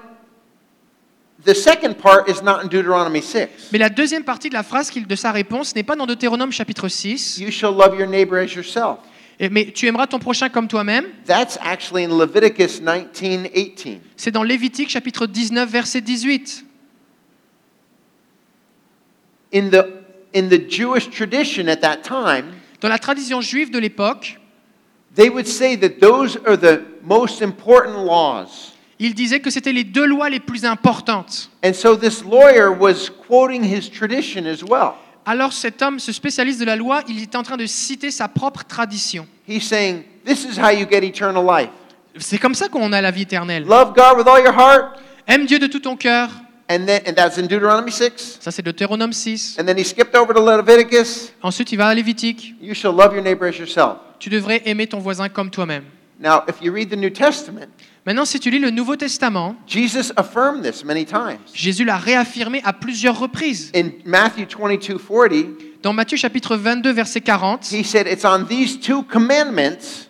the second part is not in Deuteronomy 6.
Mais la deuxième partie de la phrase qu'il- de sa réponse n'est pas dans Deutéronome chapitre 6,
You shall love your neighbor as yourself.
et- mais tu aimeras ton prochain comme toi-même.
That's actually in Leviticus 19, 18.
C'est dans Lévitique chapitre 19, verset 18.
In the, in the Jewish tradition at that time,
Dans la tradition juive de l'époque,
they would say that those are the most important laws.
il disait que c'était les deux lois les plus importantes.
And so this lawyer was quoting his tradition as well.
Alors cet homme, ce spécialiste de la loi, il est en train de citer sa propre tradition.
He's saying, This is how you get eternal life.
C'est comme ça qu'on a la vie éternelle.
Love God with all your heart.
Aime Dieu de tout ton cœur.
And, then, and that's in Deuteronomy 6.
Ça, c'est Deutéronome 6.
And then he skipped over to Leviticus.
Ensuite, il va à Lévitique.
You shall love your neighbor as yourself.
Tu devrais aimer ton voisin comme toi-même.
Now, if you read the New Testament,
Maintenant, si tu lis le Nouveau Testament,
Jesus affirmed this many times.
Jésus l'a réaffirmé à plusieurs reprises.
In Matthew 22 40,
Dans Matthieu chapitre 22, verset 40,
he said, It's on these two commandments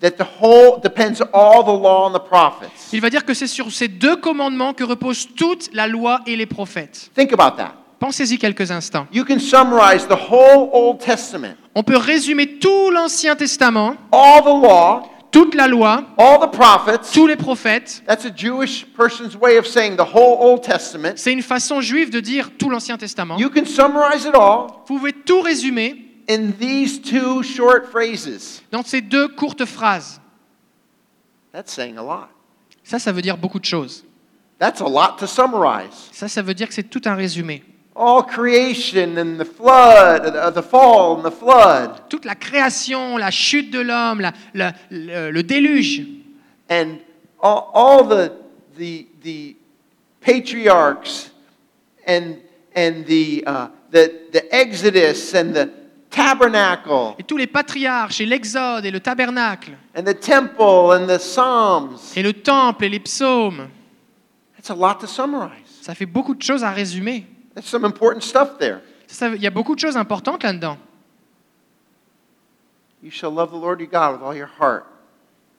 that the whole depends all the law and the prophets.
il va dire que c'est sur ces deux commandements que repose toute la loi et les prophètes.
Think about that.
Pensez-y quelques instants.
You can summarize the whole Old Testament,
On peut résumer tout l'Ancien Testament,
all the law,
toute la loi,
all the prophets.
tous les prophètes.
That's a Jewish person's way of saying the whole Old Testament.
C'est une façon juive de dire tout l'Ancien Testament.
You can summarize it all
Vous pouvez tout résumer
in these two short phrases.
dans ces deux courtes phrases.
That's saying a lot.
Ça, ça veut dire beaucoup de choses.
That's a lot to summarize.
Ça, ça veut dire que c'est tout un résumé.
All creation and the flood, uh, the fall and the flood,
Toute la création, la chute de l'homme, la- la- le, le déluge,
and all, all the, the, the patriarchs and, and the, uh, the, the exodus and the tabernacle
et tous les patriarches, et l'Exode, et le tabernacle,
and the temple and the psalms.
et le temple, et les psaumes.
That's a lot to summarize.
Ça fait beaucoup de choses à résumer.
That's some important stuff there.
Ça, ça- Il y a beaucoup de choses importantes là-dedans.
You shall love the Lord your God with all your heart,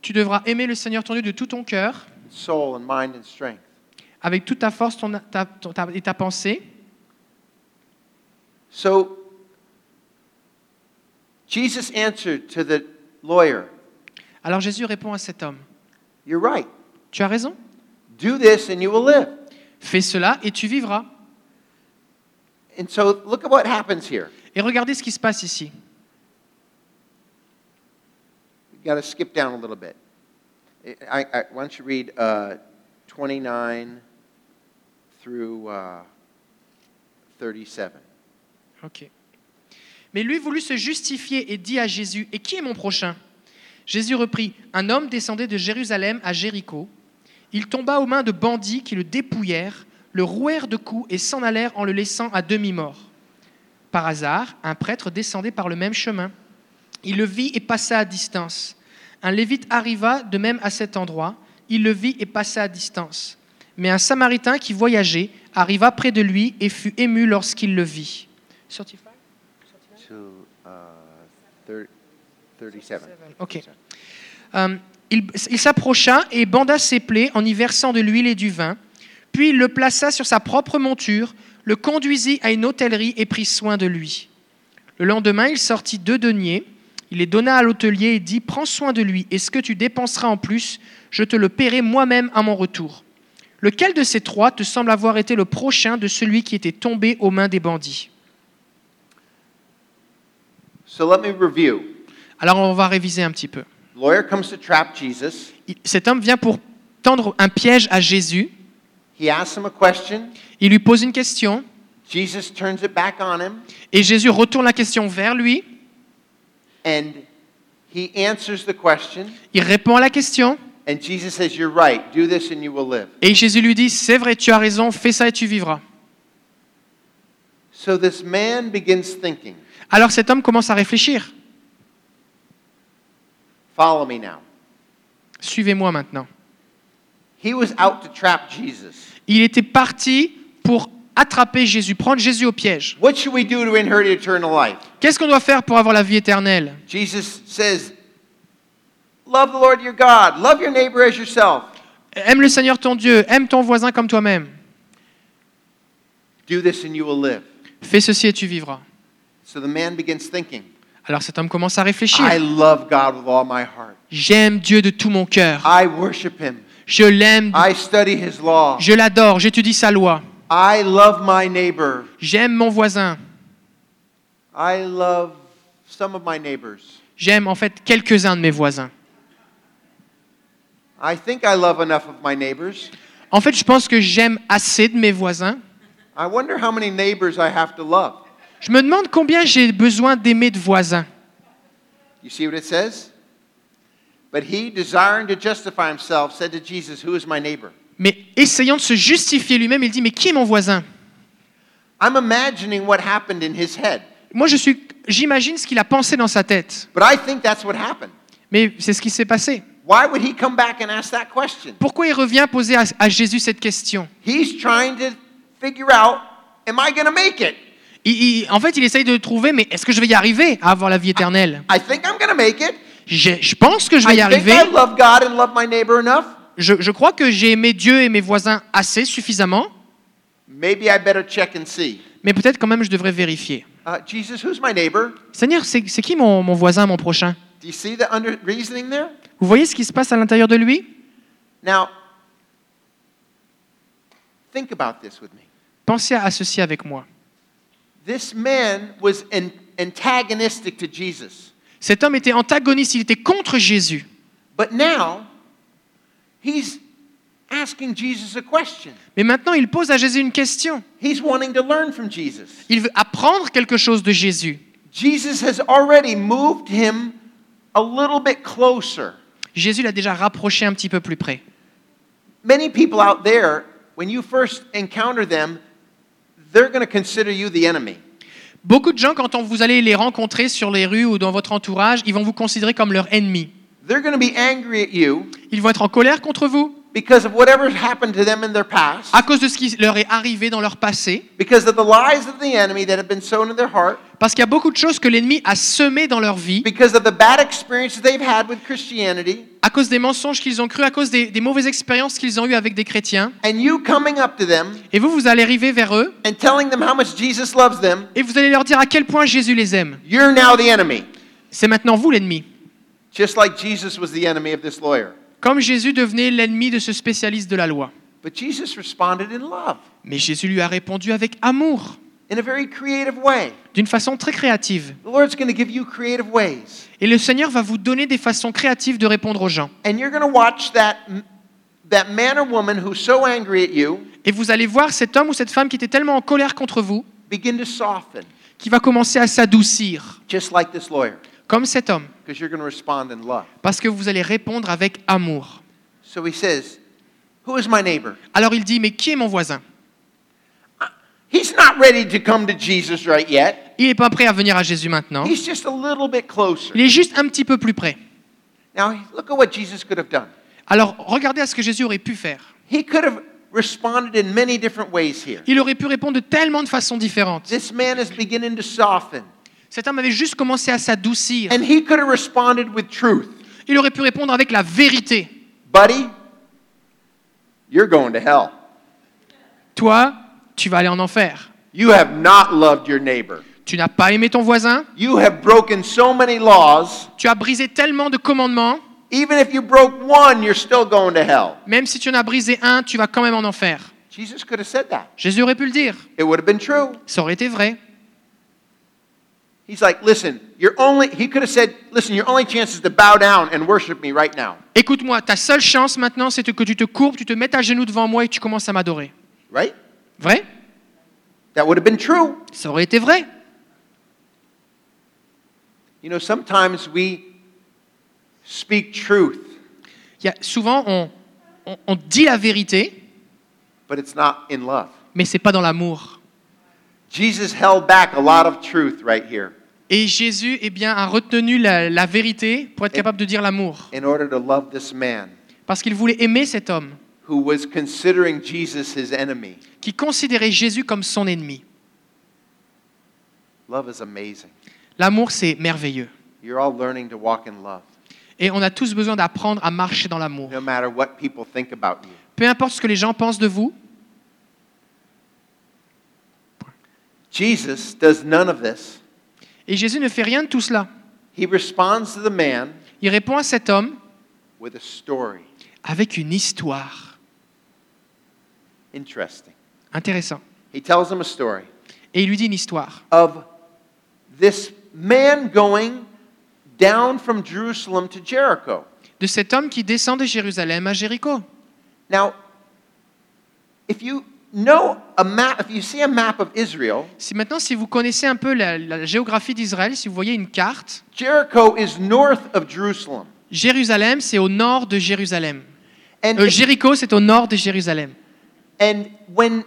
Tu devras aimer le Seigneur ton Dieu de tout ton cœur,
soul, and mind and strength.
avec toute ta force ton- ta- ton- ta- et ta pensée.
So, Jesus answered to the lawyer,
Alors Jésus répond à cet homme,
You're right.
tu as raison,
Do this and you will live.
fais cela et tu vivras.
And so, look at what happens here.
Et regardez ce qui se passe ici.
you got to skip down a little bit. I, I, why don't you read uh, 29 through uh, 37?
Ok. Mais lui voulut se justifier et dit à Jésus, Et qui est mon prochain Jésus reprit, Un homme descendait de Jérusalem à Jéricho. Il tomba aux mains de bandits qui le dépouillèrent, le rouèrent de coups et s'en allèrent en le laissant à demi-mort. Par hasard, un prêtre descendait par le même chemin. Il le vit et passa à distance. Un Lévite arriva de même à cet endroit. Il le vit et passa à distance. Mais un Samaritain qui voyageait arriva près de lui et fut ému lorsqu'il le vit. 35?
to uh, thir- 37.
Ok. Euh, il il s'approcha et banda ses plaies en y versant de l'huile et du vin. Puis il le plaça sur sa propre monture, le conduisit à une hôtellerie et prit soin de lui. Le lendemain, il sortit deux deniers, il les donna à l'hôtelier et dit Prends soin de lui, et ce que tu dépenseras en plus, je te le paierai moi-même à mon retour. Lequel de ces trois te semble avoir été le prochain de celui qui était tombé aux mains des bandits
So let me review.
Alors on va réviser un petit peu.
Lawyer comes to trap Jesus.
Il- Cet homme vient pour tendre un piège à Jésus.
He asks him a question.
Il lui pose une question
Jesus turns it back on him,
et Jésus retourne la question vers lui.
and he answers the question.
Il répond à la question
And Jesus says, You're right. Do this and you will live.
et Jésus lui dit C'est vrai, tu as raison, fais ça et tu vivras.
So this man begins thinking.
Alors cet homme commence à réfléchir
Follow me now.
Suivez-moi maintenant.
He was out to trap Jesus.
Il était parti pour attraper Jésus, prendre Jésus au piège.
What should we do to inherit eternal life?
Qu'est-ce qu'on doit faire pour avoir la vie éternelle
Jesus says, Love the Lord your God, love your neighbor as yourself.
Aime le Seigneur ton Dieu, aime ton voisin comme toi-même.
Do this and you will live.
Fais ceci et tu vivras.
So the man begins thinking,
Alors cet homme commence à réfléchir.
I love God with all my heart.
J'aime Dieu de tout mon cœur.
I worship him.
Je l'aime,
I study his law.
je l'adore, j'étudie sa loi.
I love my neighbor.
J'aime mon voisin.
I love some of my neighbors.
J'aime en fait quelques-uns de mes voisins.
I think I love enough of my neighbors.
En fait, je pense que j'aime assez de mes voisins.
I wonder how many neighbors I have to love.
Je me demande combien j'ai besoin d'aimer de voisins.
You see what it says? But he, desiring to justify himself, said to Jesus, Who is my neighbor?
Mais essayant de se justifier lui-même, il dit Mais qui est mon voisin
I'm imagining what happened in his head,
Moi, je suis, j'imagine ce qu'il a pensé dans sa tête.
but I think that's what happened.
Mais c'est ce qui s'est passé.
Why would he come back and ask that question?
Pourquoi il revient poser à, à Jésus cette question
He's trying to figure out, Am I going to make it?
Il- il- En fait, il essaye de trouver Mais est-ce que je vais y arriver à avoir la vie éternelle
I think I'm going to make it.
Je, je pense que je vais y
I think
arriver.
I love God and love my neighbor enough.
Je, je crois que j'ai aimé Dieu et mes voisins assez suffisamment.
Maybe I better check and see.
Mais peut-être quand même je devrais vérifier.
Uh, Jesus, who's my neighbor?
Seigneur, c'est c'est qui mon, mon voisin, mon prochain
Do you see the under- reasoning there?
Vous voyez ce qui se passe à l'intérieur de lui
Now, think about this with me.
Pensez à ceci avec moi.
This man was an- antagonistic to Jesus,
Cet homme était antagoniste, il était contre Jésus.
but now he's asking Jesus a question.
Mais maintenant, il pose à Jésus une question.
He's wanting to learn from Jesus.
Il veut apprendre quelque chose de Jésus.
Jesus has already moved him a little bit closer.
Jésus l'a déjà rapproché un petit peu plus près.
Many people out there, when you first encounter them, they're going to consider you the enemy.
Beaucoup de gens, quand on- vous allez les rencontrer sur les rues ou dans votre entourage, ils vont vous considérer comme leur ennemi.
They're going to be angry at you
Ils vont être en colère contre vous
because of whatever happened to them in their past.
à cause de ce qui leur est arrivé dans leur passé,
because of the lies of the enemy that have been sown in their heart,
parce qu'il y a beaucoup de choses que l'ennemi a semées dans leur vie,
because of the bad experiences they've had with Christianity,
à cause des mensonges qu'ils ont cru, à cause des, des mauvaises expériences qu'ils ont eues avec des chrétiens.
and you coming up to them
Et vous, vous allez arriver vers eux
and telling them how much Jesus loves them,
et vous allez leur dire à quel point Jésus les aime.
you're now the enemy.
C'est maintenant vous l'ennemi.
Just like Jesus was the enemy of this lawyer.
Comme Jésus devenait l'ennemi de ce spécialiste de la loi.
But Jesus responded in love,
Mais Jésus lui a répondu avec amour,
in a very creative way.
d'une façon très créative.
The Lord's going to give you creative ways,
Et le Seigneur va vous donner des façons créatives de répondre aux gens.
and you're going to watch that. That man or woman who's so angry at you
Et vous allez voir cet homme ou cette femme qui était tellement en colère contre vous,
begin to soften,
qui va commencer à s'adoucir,
just like this lawyer,
comme cet homme,
because you're going to respond in love.
parce que vous allez répondre avec amour.
So he says, Who is my neighbor?
Alors il dit, mais qui est mon voisin
He's not ready to come to Jesus right yet.
Il n'est pas prêt à venir à Jésus maintenant.
He's just a little bit closer.
Il est juste un petit peu plus près.
Now, look at what Jesus could have done.
Alors, regardez à ce que Jésus aurait pu faire.
He could have responded in many different ways here.
Il aurait pu répondre de tellement de façons différentes.
This man is beginning to soften,
Cet homme avait juste commencé à s'adoucir.
and he could have responded with truth.
Il aurait pu répondre avec la vérité.
Buddy, you're going to hell.
Toi, tu vas aller en enfer.
You have not loved your neighbor.
Tu n'as pas aimé ton voisin.
You have broken so many laws.
Tu as brisé tellement de commandements.
Even if you broke one, you're still going to hell.
Même si tu en as brisé un, tu vas quand même en enfer.
Jesus could have said that.
Jésus aurait pu le dire.
It would have been true.
Ça aurait été vrai.
He's like, listen, you're only, he could have said, listen, your only chance is to bow down and worship me right now,
Écoute-moi, ta seule chance maintenant, c'est que tu te courbes, tu te mettes à genoux devant moi et tu commences à m'adorer.
right?
Vrai
That would have been true.
Ça aurait été vrai.
You know, sometimes we speak truth,
Il y a- souvent, on, on- on dit la vérité,
but it's not in love.
mais c'est pas dans l'amour.
Jesus held back a lot of truth right here
Et Jésus eh bien, a retenu la, la vérité pour être capable de dire l'amour.
in order to love this man
Parce qu'il voulait aimer cet homme
who was considering Jesus his enemy.
qui considérait Jésus comme son ennemi.
Love is amazing.
L'amour, c'est merveilleux.
You're all learning to walk in love,
Et on a tous besoin d'apprendre à marcher dans l'amour.
no matter what people think about you.
Peu importe ce que les gens pensent de vous,
Jesus does none of this.
et Jésus ne fait rien de tout cela.
He responds to the man
Il répond à cet homme
with a story.
avec une histoire.
Interesting.
Intéressant.
He tells him a story
Et il lui dit une histoire
of this man going down from Jerusalem to Jericho.
de cet homme qui descend de Jérusalem à Jéricho.
Now, if you know a map, if you see a map of Israel,
Si maintenant, si vous connaissez un peu la, la géographie d'Israël, si vous voyez une carte,
Jericho is north of Jerusalem.
Jérusalem, c'est au nord de Jérusalem.
And,
Euh, Jéricho, c'est au nord de Jérusalem.
and when,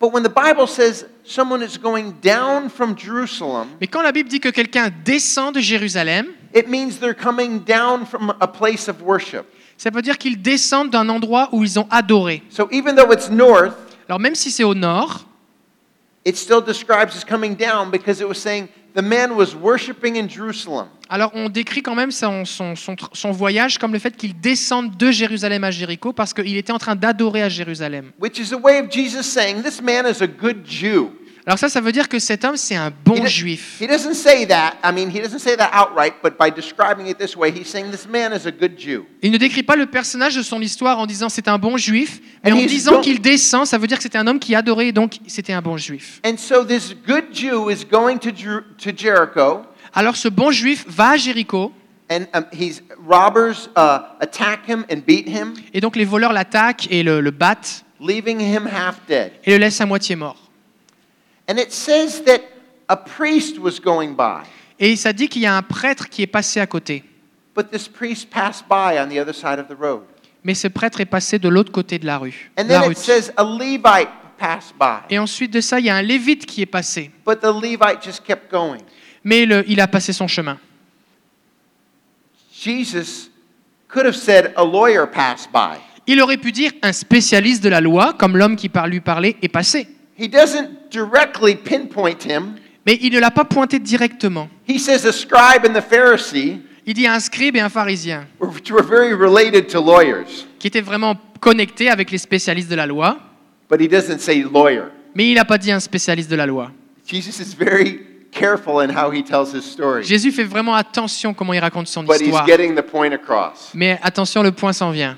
but when the Bible says someone is going down from Jerusalem,
Mais quand la Bible dit que quelqu'un descend de Jérusalem,
it means they're coming down from a place of worship.
ça veut dire qu'ils descendent d'un endroit où ils ont adoré.
So even though it's north,
Alors même si c'est au nord,
it still describes as coming down because it was saying the man was worshiping in Jerusalem.
alors on décrit quand même son, son- son tr- son voyage comme le fait qu'il descende de Jérusalem à Jéricho parce qu'il était en train d'adorer à Jérusalem.
Which is a way of Jesus saying, This man is a good Jew.
Alors ça, ça veut dire que cet homme, c'est un bon
He, do-
juif.
he doesn't say that. I mean, he doesn't say that outright, but by describing it this way, he's saying, This man is a good Jew.
Il ne décrit pas le personnage de son histoire en disant c'est un bon juif, mais
And
en
he's
disant
go-
qu'il descend, ça veut dire que c'était un homme qui adorait, donc c'était un bon juif.
And so this good Jew is going to, Jer- to Jericho,
Alors ce bon juif va à Jéricho,
and um, he's, robbers uh, attack him and beat him,
et donc les voleurs l'attaquent et le, le battent
leaving him half dead.
et le laissent à moitié mort.
And it says that a priest was going by,
Et ça dit qu'il y a un prêtre qui est passé à côté,
but this priest passed by on the other side of the road.
mais ce prêtre est passé de l'autre côté de la rue.
And
la
then
route.
it says a Levite passed by,
Et ensuite de ça, il y a un lévite qui est passé,
but the Levite just kept going.
mais le- il a passé son chemin.
Jesus could have said a lawyer passed by.
Il aurait pu dire un spécialiste de la loi, comme l'homme qui par lui parlait est passé.
He doesn't directly pinpoint him.
Mais il ne l'a pas pointé directement.
He says a scribe and the Pharisee,
Il dit un scribe et un pharisien,
which were very related to lawyers,
qui étaient vraiment connectés avec les spécialistes de la loi,
but he doesn't say lawyer.
mais il n'a pas dit un spécialiste de la loi.
Jesus is very careful in how he tells his story,
Jésus fait vraiment attention comment il raconte son
but he's
histoire.
getting the point across.
Mais attention, le point s'en vient.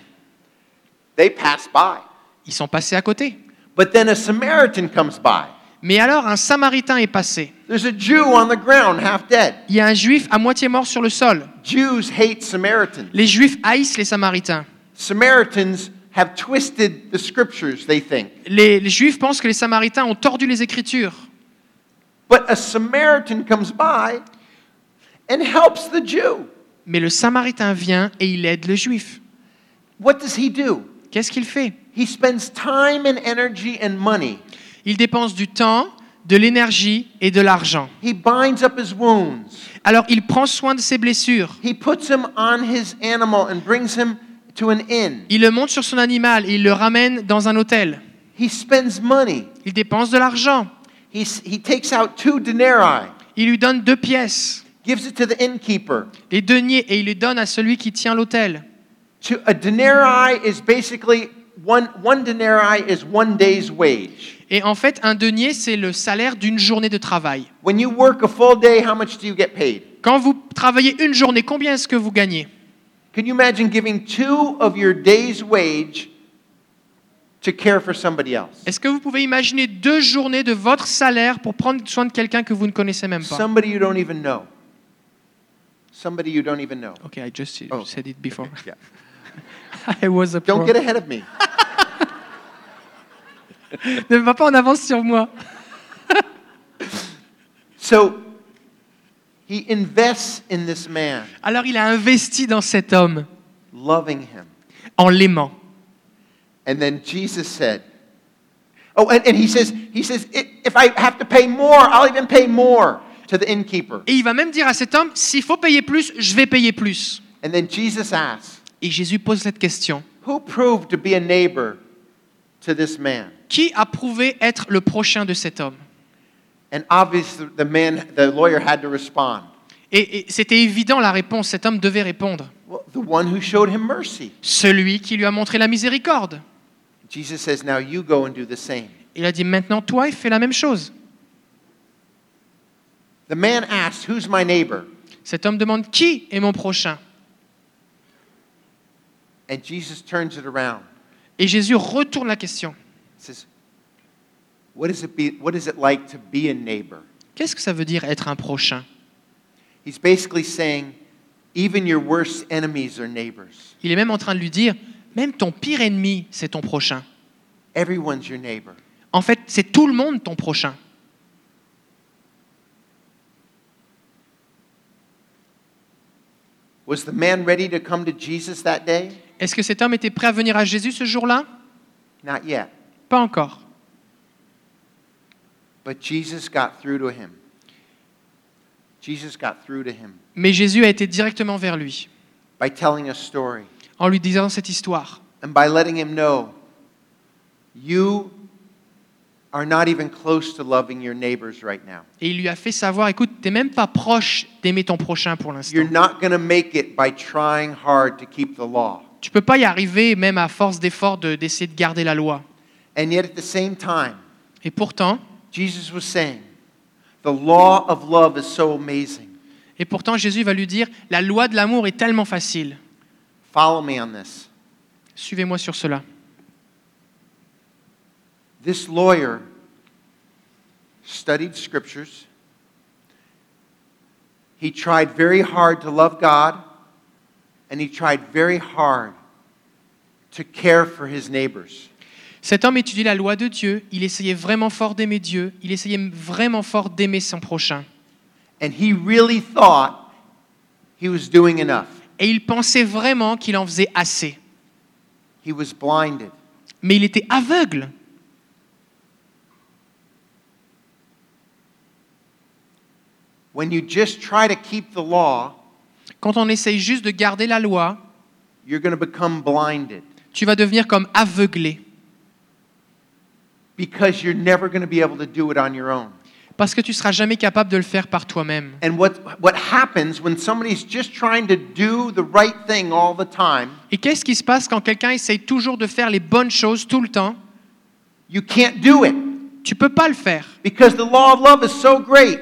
They pass by,
Ils sont passés à côté.
but then a Samaritan comes by.
Mais alors, un Samaritain est passé.
There's a Jew on the ground, half dead.
Il y a un Juif à moitié mort sur le sol.
Jews hate Samaritans.
Les Juifs haïssent les Samaritains.
Samaritans have twisted the scriptures, they think.
Les, les Juifs pensent que les Samaritains ont tordu les Écritures.
But a Samaritan comes by and helps the Jew.
Mais le Samaritain vient et il aide le Juif.
What does he do?
Qu'est-ce qu'il fait
He spends time and energy and money
Il dépense du temps, de l'énergie et de l'argent.
He binds up his wounds.
Alors il prend soin de ses blessures.
He puts him on his animal and brings him to an inn.
Il le monte sur son animal et il le ramène dans un hôtel.
He spends money.
Il dépense de l'argent.
He, s- he takes out two denarii,
Il lui donne deux pièces,
gives it to the innkeeper.
les deniers, et il les donne à celui qui tient l'hôtel.
To, a denarii is basically one, one denarii is one day's wage.
Et en fait, un denier, c'est le salaire d'une journée de travail.
When you work a full day, how much do you get paid?
Quand vous travaillez une journée, combien est-ce que vous gagnez
Can you imagine giving two of your day's wage to care for somebody else?
Est-ce que vous pouvez imaginer deux journées de votre salaire pour prendre soin de quelqu'un que vous ne connaissez même pas
Somebody you don't even know. Somebody you don't even know.
Ok, I just
Oh.
said it before.
Yeah.
I was a
Don't
pro.
get ahead of me.
Ne va pas en avance sur moi.
So he invests in this man,
Alors il a investi dans cet homme
loving him.
en l'aimant.
And then Jesus said, Oh, and, and he says, he says, "I- if I have to pay more, I'll even pay more to the innkeeper.
Et il va même dire à cet homme, s'il faut payer plus, je vais payer plus.
And then Jesus asks,
Et Jésus pose cette question.
Who proved to be a neighbor to this man?
Qui a prouvé être le prochain de cet homme
And obviously the man, the lawyer had to respond.
Et, et c'était évident la réponse, cet homme devait répondre.
Well, the one who showed him mercy.
Celui qui lui a montré la miséricorde.
Jesus says, Now you go and do the same.
Il a dit, maintenant toi, fais la même chose.
The man asked, Who's my neighbor?
Cet homme demande, qui est mon prochain
And Jesus turns it around.
Et Jésus retourne la question.
He says, what is, it be, what is it like to be a neighbor?
Qu'est-ce que ça veut dire être un prochain
He's basically saying, even your worst enemies are neighbors.
Il est même en train de lui dire, même ton pire ennemi, c'est ton prochain.
Everyone's your neighbor.
En fait, c'est tout le monde ton prochain.
Was the man ready to come to Jesus that day?
Est-ce que cet homme était prêt à venir à Jésus ce jour-là
Not yet.
Pas encore.
But Jesus got through to him. Jesus got through to him
Mais Jésus a été directement vers lui,
by telling a story
en lui disant cette histoire,
and by letting him know you are not even close to loving your neighbors right now.
et il lui a fait savoir, écoute, t'es même pas proche d'aimer ton prochain pour l'instant.
You're not going to make it by trying hard to keep the law.
Tu peux pas y arriver, même à force d'efforts, de- d'essayer de garder la loi.
And yet at the same time,
Et pourtant,
Jesus was saying, the law of love is so amazing.
et pourtant, Jésus va lui dire, la loi de l'amour est tellement facile.
Follow me on this.
Suivez-moi sur cela.
This lawyer studied scriptures. He tried very hard to love God, and he tried very hard to care for his neighbors.
Cet homme étudiait la loi de Dieu, il essayait vraiment fort d'aimer Dieu, il essayait vraiment fort d'aimer son prochain.
And he really thought he was doing enough.
Et il pensait vraiment qu'il en faisait assez.
He was blinded.
Mais il était aveugle.
When you just try to keep the law,
Quand on essaye juste de garder la loi,
you're going to become blinded
tu vas devenir comme aveuglé.
because you're never going to be able to do it on your own.
Parce que tu seras jamais capable de le faire par toi-même.
And what, what happens when somebody's just trying to do the right thing all the time,
Et qu'est-ce qui se passe quand quelqu'un essaye toujours de faire les bonnes choses tout le temps
you can't do it
Tu peux pas le faire.
because the law of love is so great.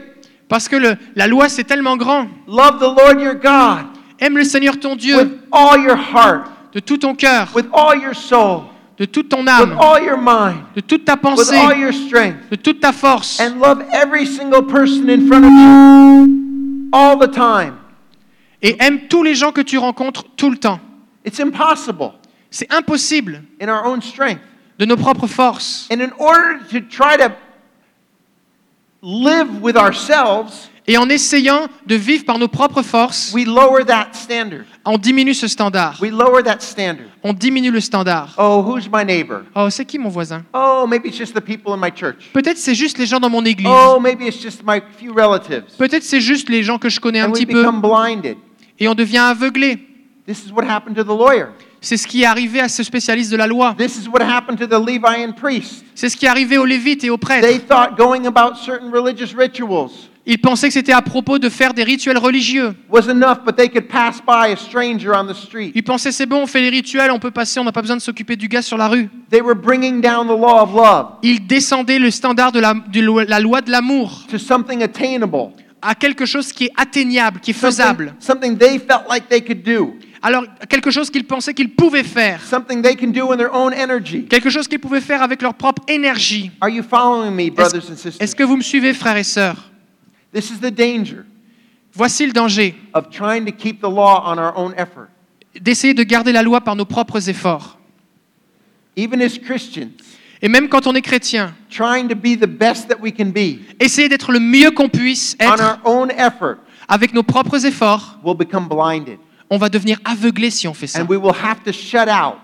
Parce que le- la loi, c'est tellement grand.
Love the Lord your God
Aime le Seigneur ton Dieu
with all your heart,
de tout ton cœur,
with all your soul,
de toute ton
with
âme,
all your mind,
de toute ta
with
pensée,
all your strength,
de toute ta force.
and love every single person in front of you all the time.
Et aime tous les gens que tu rencontres tout le temps.
It's impossible
C'est impossible
in our own strength.
de nos propres forces.
And in order to try to live with ourselves,
Et en essayant de vivre par nos propres forces,
we lower that standard.
on diminue ce standard.
We lower that standard.
On diminue le standard.
Oh, who's my neighbor?
Oh, c'est qui mon voisin
Oh, maybe it's just the people in my church.
Peut-être c'est juste les gens dans mon église.
Oh, maybe it's just my few relatives.
Peut-être c'est juste les gens que je connais un
And we
petit peu.
become blinded.
Et on devient aveuglé.
This is what happened to the lawyer.
C'est ce qui est arrivé à ce spécialiste de la loi.
This is what happened to the Levian priest.
C'est ce qui est arrivé aux Lévites et aux
They
prêtres.
thought going about certain religious rituals
Ils pensaient que c'était à propos de faire des rituels religieux.
was enough, but they could pass by a stranger on the street.
Ils pensaient c'est bon, on fait les rituels, on peut passer, on n'a pas besoin de s'occuper du gars sur la rue.
They were bringing down the law of love
Ils descendaient le standard de la, de lo- la loi de l'amour
to something attainable,
à quelque chose qui est atteignable, qui est faisable.
something, something they felt like they could do,
Alors quelque chose qu'ils pensaient qu'ils pouvaient faire,
something they can do in their own energy.
quelque chose qu'ils pouvaient faire avec leur propre énergie.
Are you following me, brothers and
Est-ce- Est-ce
sisters?
que vous me suivez, frères et sœurs
This is the danger
Voici le danger
of trying to keep the law on our own effort.
d'essayer de garder la loi par nos propres efforts.
Even as Christians,
Et même quand on est chrétien,
trying to be the best that we can be
essayer d'être le mieux qu'on puisse
on
être
our own effort
avec nos propres efforts,
will become blinded.
on va devenir aveuglé si on fait ça.
And we will have to shut out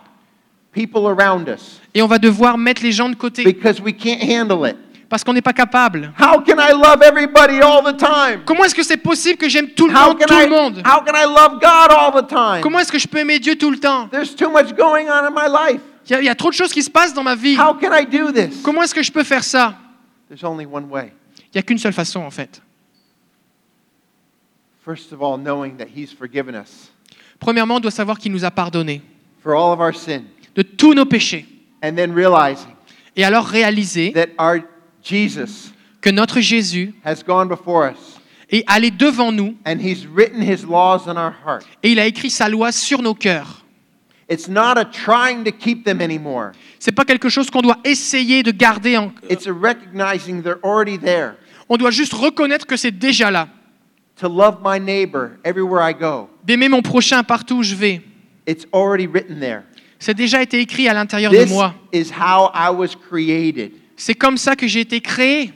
people around us
Et on va devoir mettre les gens de côté
because we can't handle it.
parce qu'on n'est pas capable.
How can I love everybody all the time?
Comment est-ce que c'est possible que j'aime tout le
How
monde,
can
tout le
I,
monde
how can I love God all the time?
Comment est-ce que je peux aimer Dieu tout le temps
There's too much going on in my life.
Il y, a- il y a trop de choses qui se passent dans ma vie.
How can I do this?
Comment est-ce que je peux faire ça
There's only one way.
Il n'y a qu'une seule façon en fait.
First of all, knowing that He's forgiven us
Premièrement, on doit savoir qu'il nous a pardonné
for all of our sin,
de tous nos péchés.
and then realizing
Et alors réaliser
that our Jesus
que notre Jésus
has gone before us
est allé devant nous
and He's written His laws on our heart.
et il a écrit sa loi sur nos cœurs.
It's not a trying to keep them anymore.
C'est pas quelque chose qu'on doit essayer de garder. En...
It's a recognizing they're already there.
On doit juste reconnaître que c'est déjà là.
To love my neighbor everywhere I go.
D'aimer mon prochain partout où je vais.
It's already written there.
C'est déjà été écrit à l'intérieur de
This
moi.
is how I was created.
C'est comme ça que j'ai été créé.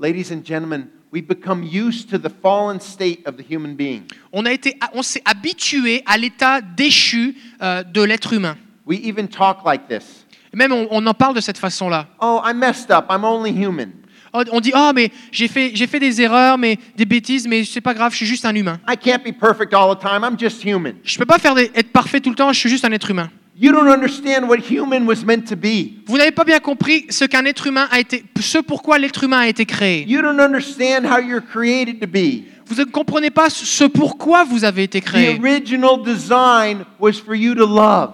Ladies and gentlemen, we become used to the fallen state of the human being.
On, a été, on s'est habitué à l'état déchu euh, de l'être humain.
We even talk like this.
Même on, on en parle de cette façon-là.
Oh, I messed up. I'm only human.
Oh, On dit ah mais j'ai fait j'ai fait des erreurs mais des bêtises mais c'est pas grave je suis juste un humain.
I can't be perfect all the time. I'm just human.
Je peux pas faire des- être parfait tout le temps je suis juste un être humain.
You don't understand what human was meant to be.
Vous n'avez pas bien compris ce qu'un être humain a été ce pourquoi l'être humain a été créé.
You don't understand how you're created to be.
Vous ne comprenez pas ce pourquoi vous avez été créé.
The original design was for you to love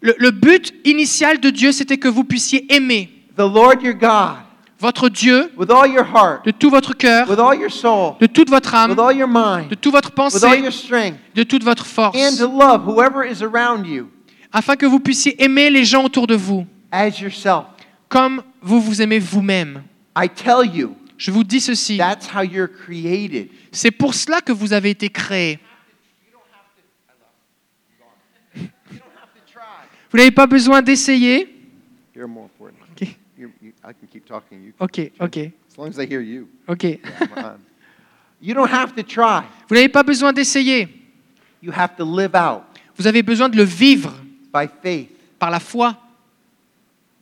Le, le but initial de Dieu c'était que vous puissiez aimer
the Lord your God
votre Dieu
with all your heart,
de tout votre cœur,
with all your soul,
de toute votre âme,
with all your
de
mind,
toute votre
with all your
pensée,
strength,
de toute votre
and
force,
to love whoever is around you
afin que vous puissiez aimer les gens autour de vous
as yourself.
comme vous vous aimez vous-même.
I tell you,
Je vous dis ceci.
that's how you're created.
C'est pour cela que vous avez été créé. Vous n'avez pas besoin d'essayer.
You're more important.
Okay.
You're, you, I can keep talking. You,
Ok, ok,
as long as I hear you,
ok.
I'm on. you don't have to try.
Vous n'avez pas besoin d'essayer.
You have to live out
Vous avez besoin de le vivre
by faith
par la foi,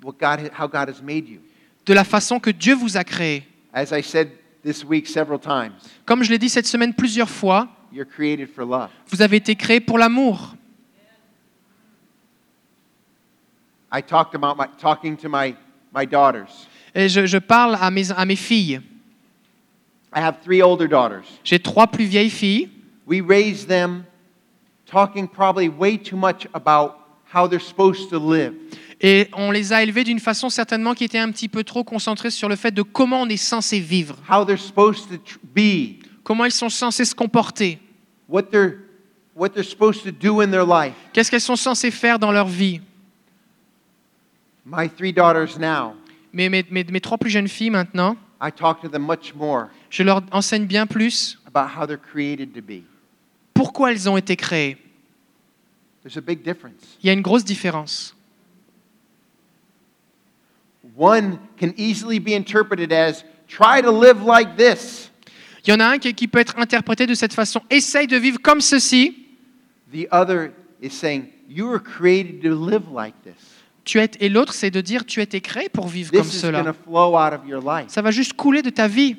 what God, how God has made you.
de la façon que Dieu vous a créé.
As I said this week several times,
Comme je l'ai dit cette semaine plusieurs fois,
you're created for love.
vous avez été créé pour l'amour.
I talked about my, talking to my, my daughters.
Et je, je parle à mes, à mes filles.
I have three older daughters.
J'ai trois plus vieilles filles.
We raise them talking probably way too much about how they're supposed to live.
Et on les a élevées d'une façon certainement qui était un petit peu trop concentrée sur le fait de comment on est censé vivre,
how they're supposed to tr- be,
comment ils sont censés se comporter,
what they're, what they're supposed to do in their life.
qu'est-ce qu'elles sont censées faire dans leur vie.
My three daughters now,
Mais mes, mes- mes trois plus jeunes filles maintenant,
I talk to them much more
je leur enseigne bien plus
about how they're created to be.
pourquoi elles ont été créées.
There's a big difference.
Il y a une grosse différence.
One can easily be interpreted as try to live like this.
Il y en a un qui qui peut être interprété de cette façon. Essaye de vivre comme ceci.
The other is saying you were created to live like this.
Tu es, et l'autre, c'est de dire tu as été créé pour vivre comme
This is going to
cela.
flow out of your life
Ça va juste couler de ta vie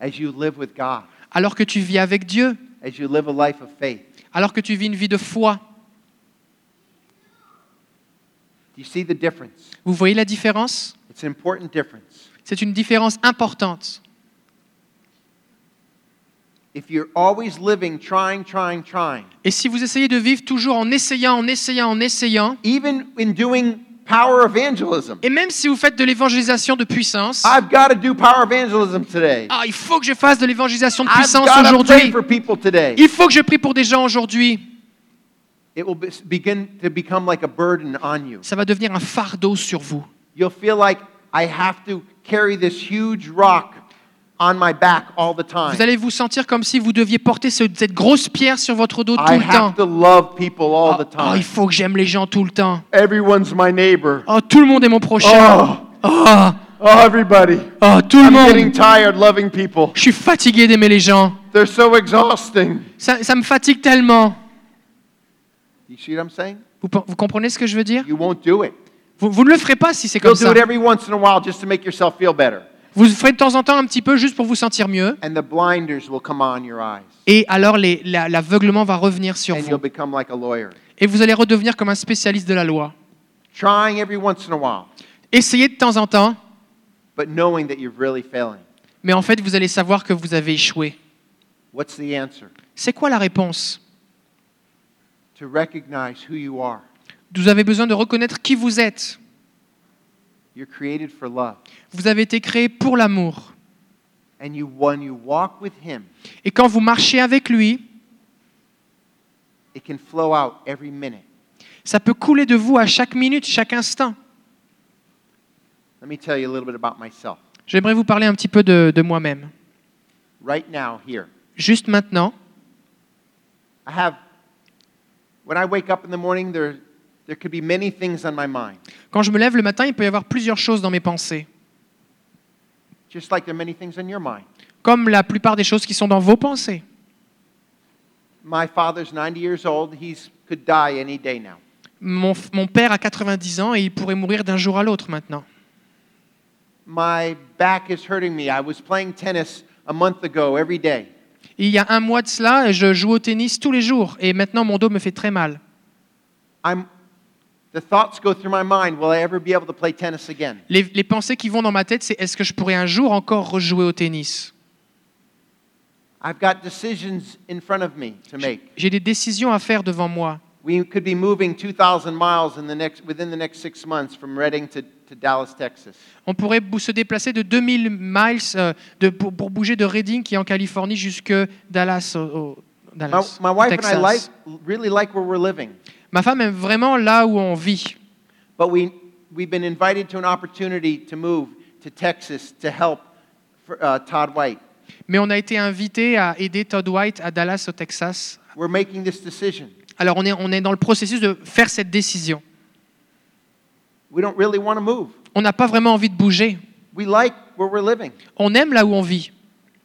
as you live with God,
alors que tu vis avec Dieu,
as you live a life of faith.
alors que tu vis une vie de foi.
Do you see the difference?
Vous voyez la différence
It's an important difference.
C'est une différence importante.
If you're always living trying, trying, trying,
Et si vous essayez de vivre toujours en essayant, en essayant, en essayant,
even in doing power evangelism,
et même si vous faites de l'évangélisation de puissance,
I've got to do power evangelism today.
ah, il faut que je fasse de l'évangélisation de
I've
puissance
got to pray
aujourd'hui.
for people today.
Il faut que je prie pour des gens aujourd'hui.
It will be- begin to become like a burden on you.
Ça va devenir un fardeau sur vous.
You'll feel like I have to carry this huge rock on my back all the time.
Vous allez vous sentir comme si vous deviez porter ce- cette grosse pierre sur votre dos tout
I
le temps.
have to love people all
Oh,
the
oh,
time.
il faut que j'aime les gens tout le temps.
Everyone's my neighbor.
Oh, tout le monde est mon prochain.
Oh,
Oh,
oh, everybody.
oh, tout le
I'm
monde.
getting tired loving people.
Je suis fatigué d'aimer les gens.
They're so exhausting.
Ça, ça me fatigue tellement.
You see what I'm saying?
Vous, pen- vous comprenez ce que je veux dire
You won't do it.
vous, vous ne le ferez pas si c'est
You'll
comme
do
ça.
it every once in a while just to make yourself feel better.
Vous le ferez de temps en temps un petit peu juste pour vous sentir mieux.
And the blinders will come on your eyes.
Et alors les- la- l'aveuglement va revenir sur
And you'll
vous.
become like a lawyer.
Et vous allez redevenir comme un spécialiste de la loi.
Trying every once in a while,
Essayez de temps en temps,
but knowing that you're really failing.
mais en fait vous allez savoir que vous avez échoué.
What's the answer?
C'est quoi la réponse
To recognize who you are.
Vous avez besoin de reconnaître qui vous êtes.
You're created for love.
Vous avez été créé pour l'amour.
And you, when you walk with Him,
Et quand vous marchez avec lui,
it can flow out every minute.
ça peut couler de vous à chaque minute, chaque instant.
Let me tell you a little bit about myself.
J'aimerais vous parler un petit peu de, de moi-même.
Right now, here,
Juste maintenant,
I have, when I wake up in the morning, there, there could be many things on my mind,
quand je me lève le matin, il peut y avoir plusieurs choses dans mes pensées.
just like there are many things on your mind.
Comme la plupart des choses qui sont dans vos pensées.
My father's 90 years old. He could die any day now.
Mon, f- mon père a 90 ans et il pourrait mourir d'un jour à l'autre maintenant.
My back is hurting me. I was playing tennis a month ago every day.
Il y a un mois de cela, je joue au tennis tous les jours et maintenant mon dos me fait très mal.
I'm, the thoughts go through my mind will I ever be able to play tennis again?
Les, les pensées qui vont dans ma tête, c'est est-ce que je pourrais un jour encore rejouer au tennis
I've got decisions in front of me to make.
J'ai des décisions à faire devant moi.
We could be moving 2,000 miles in the next, within the next six months from Reading to, to Dallas, Texas.
On pourrait bou- se déplacer de 2000 miles euh, de- pour, pour bouger de Reading, qui est en Californie, jusque Dallas, au, au-
My,
Dallas,
my wife
Texas.
and I like, really like where we're living,
Ma femme aime vraiment là où on vit.
but we, we've been invited to an opportunity to move to Texas to help for, uh, Todd White.
Mais on a été invité à aider Todd White à Dallas, au Texas.
We're making this decision.
Alors on est, on est dans le processus de faire cette décision.
We don't really want to move.
On n'a pas vraiment envie de bouger.
We like where we're living,
On aime là où on vit.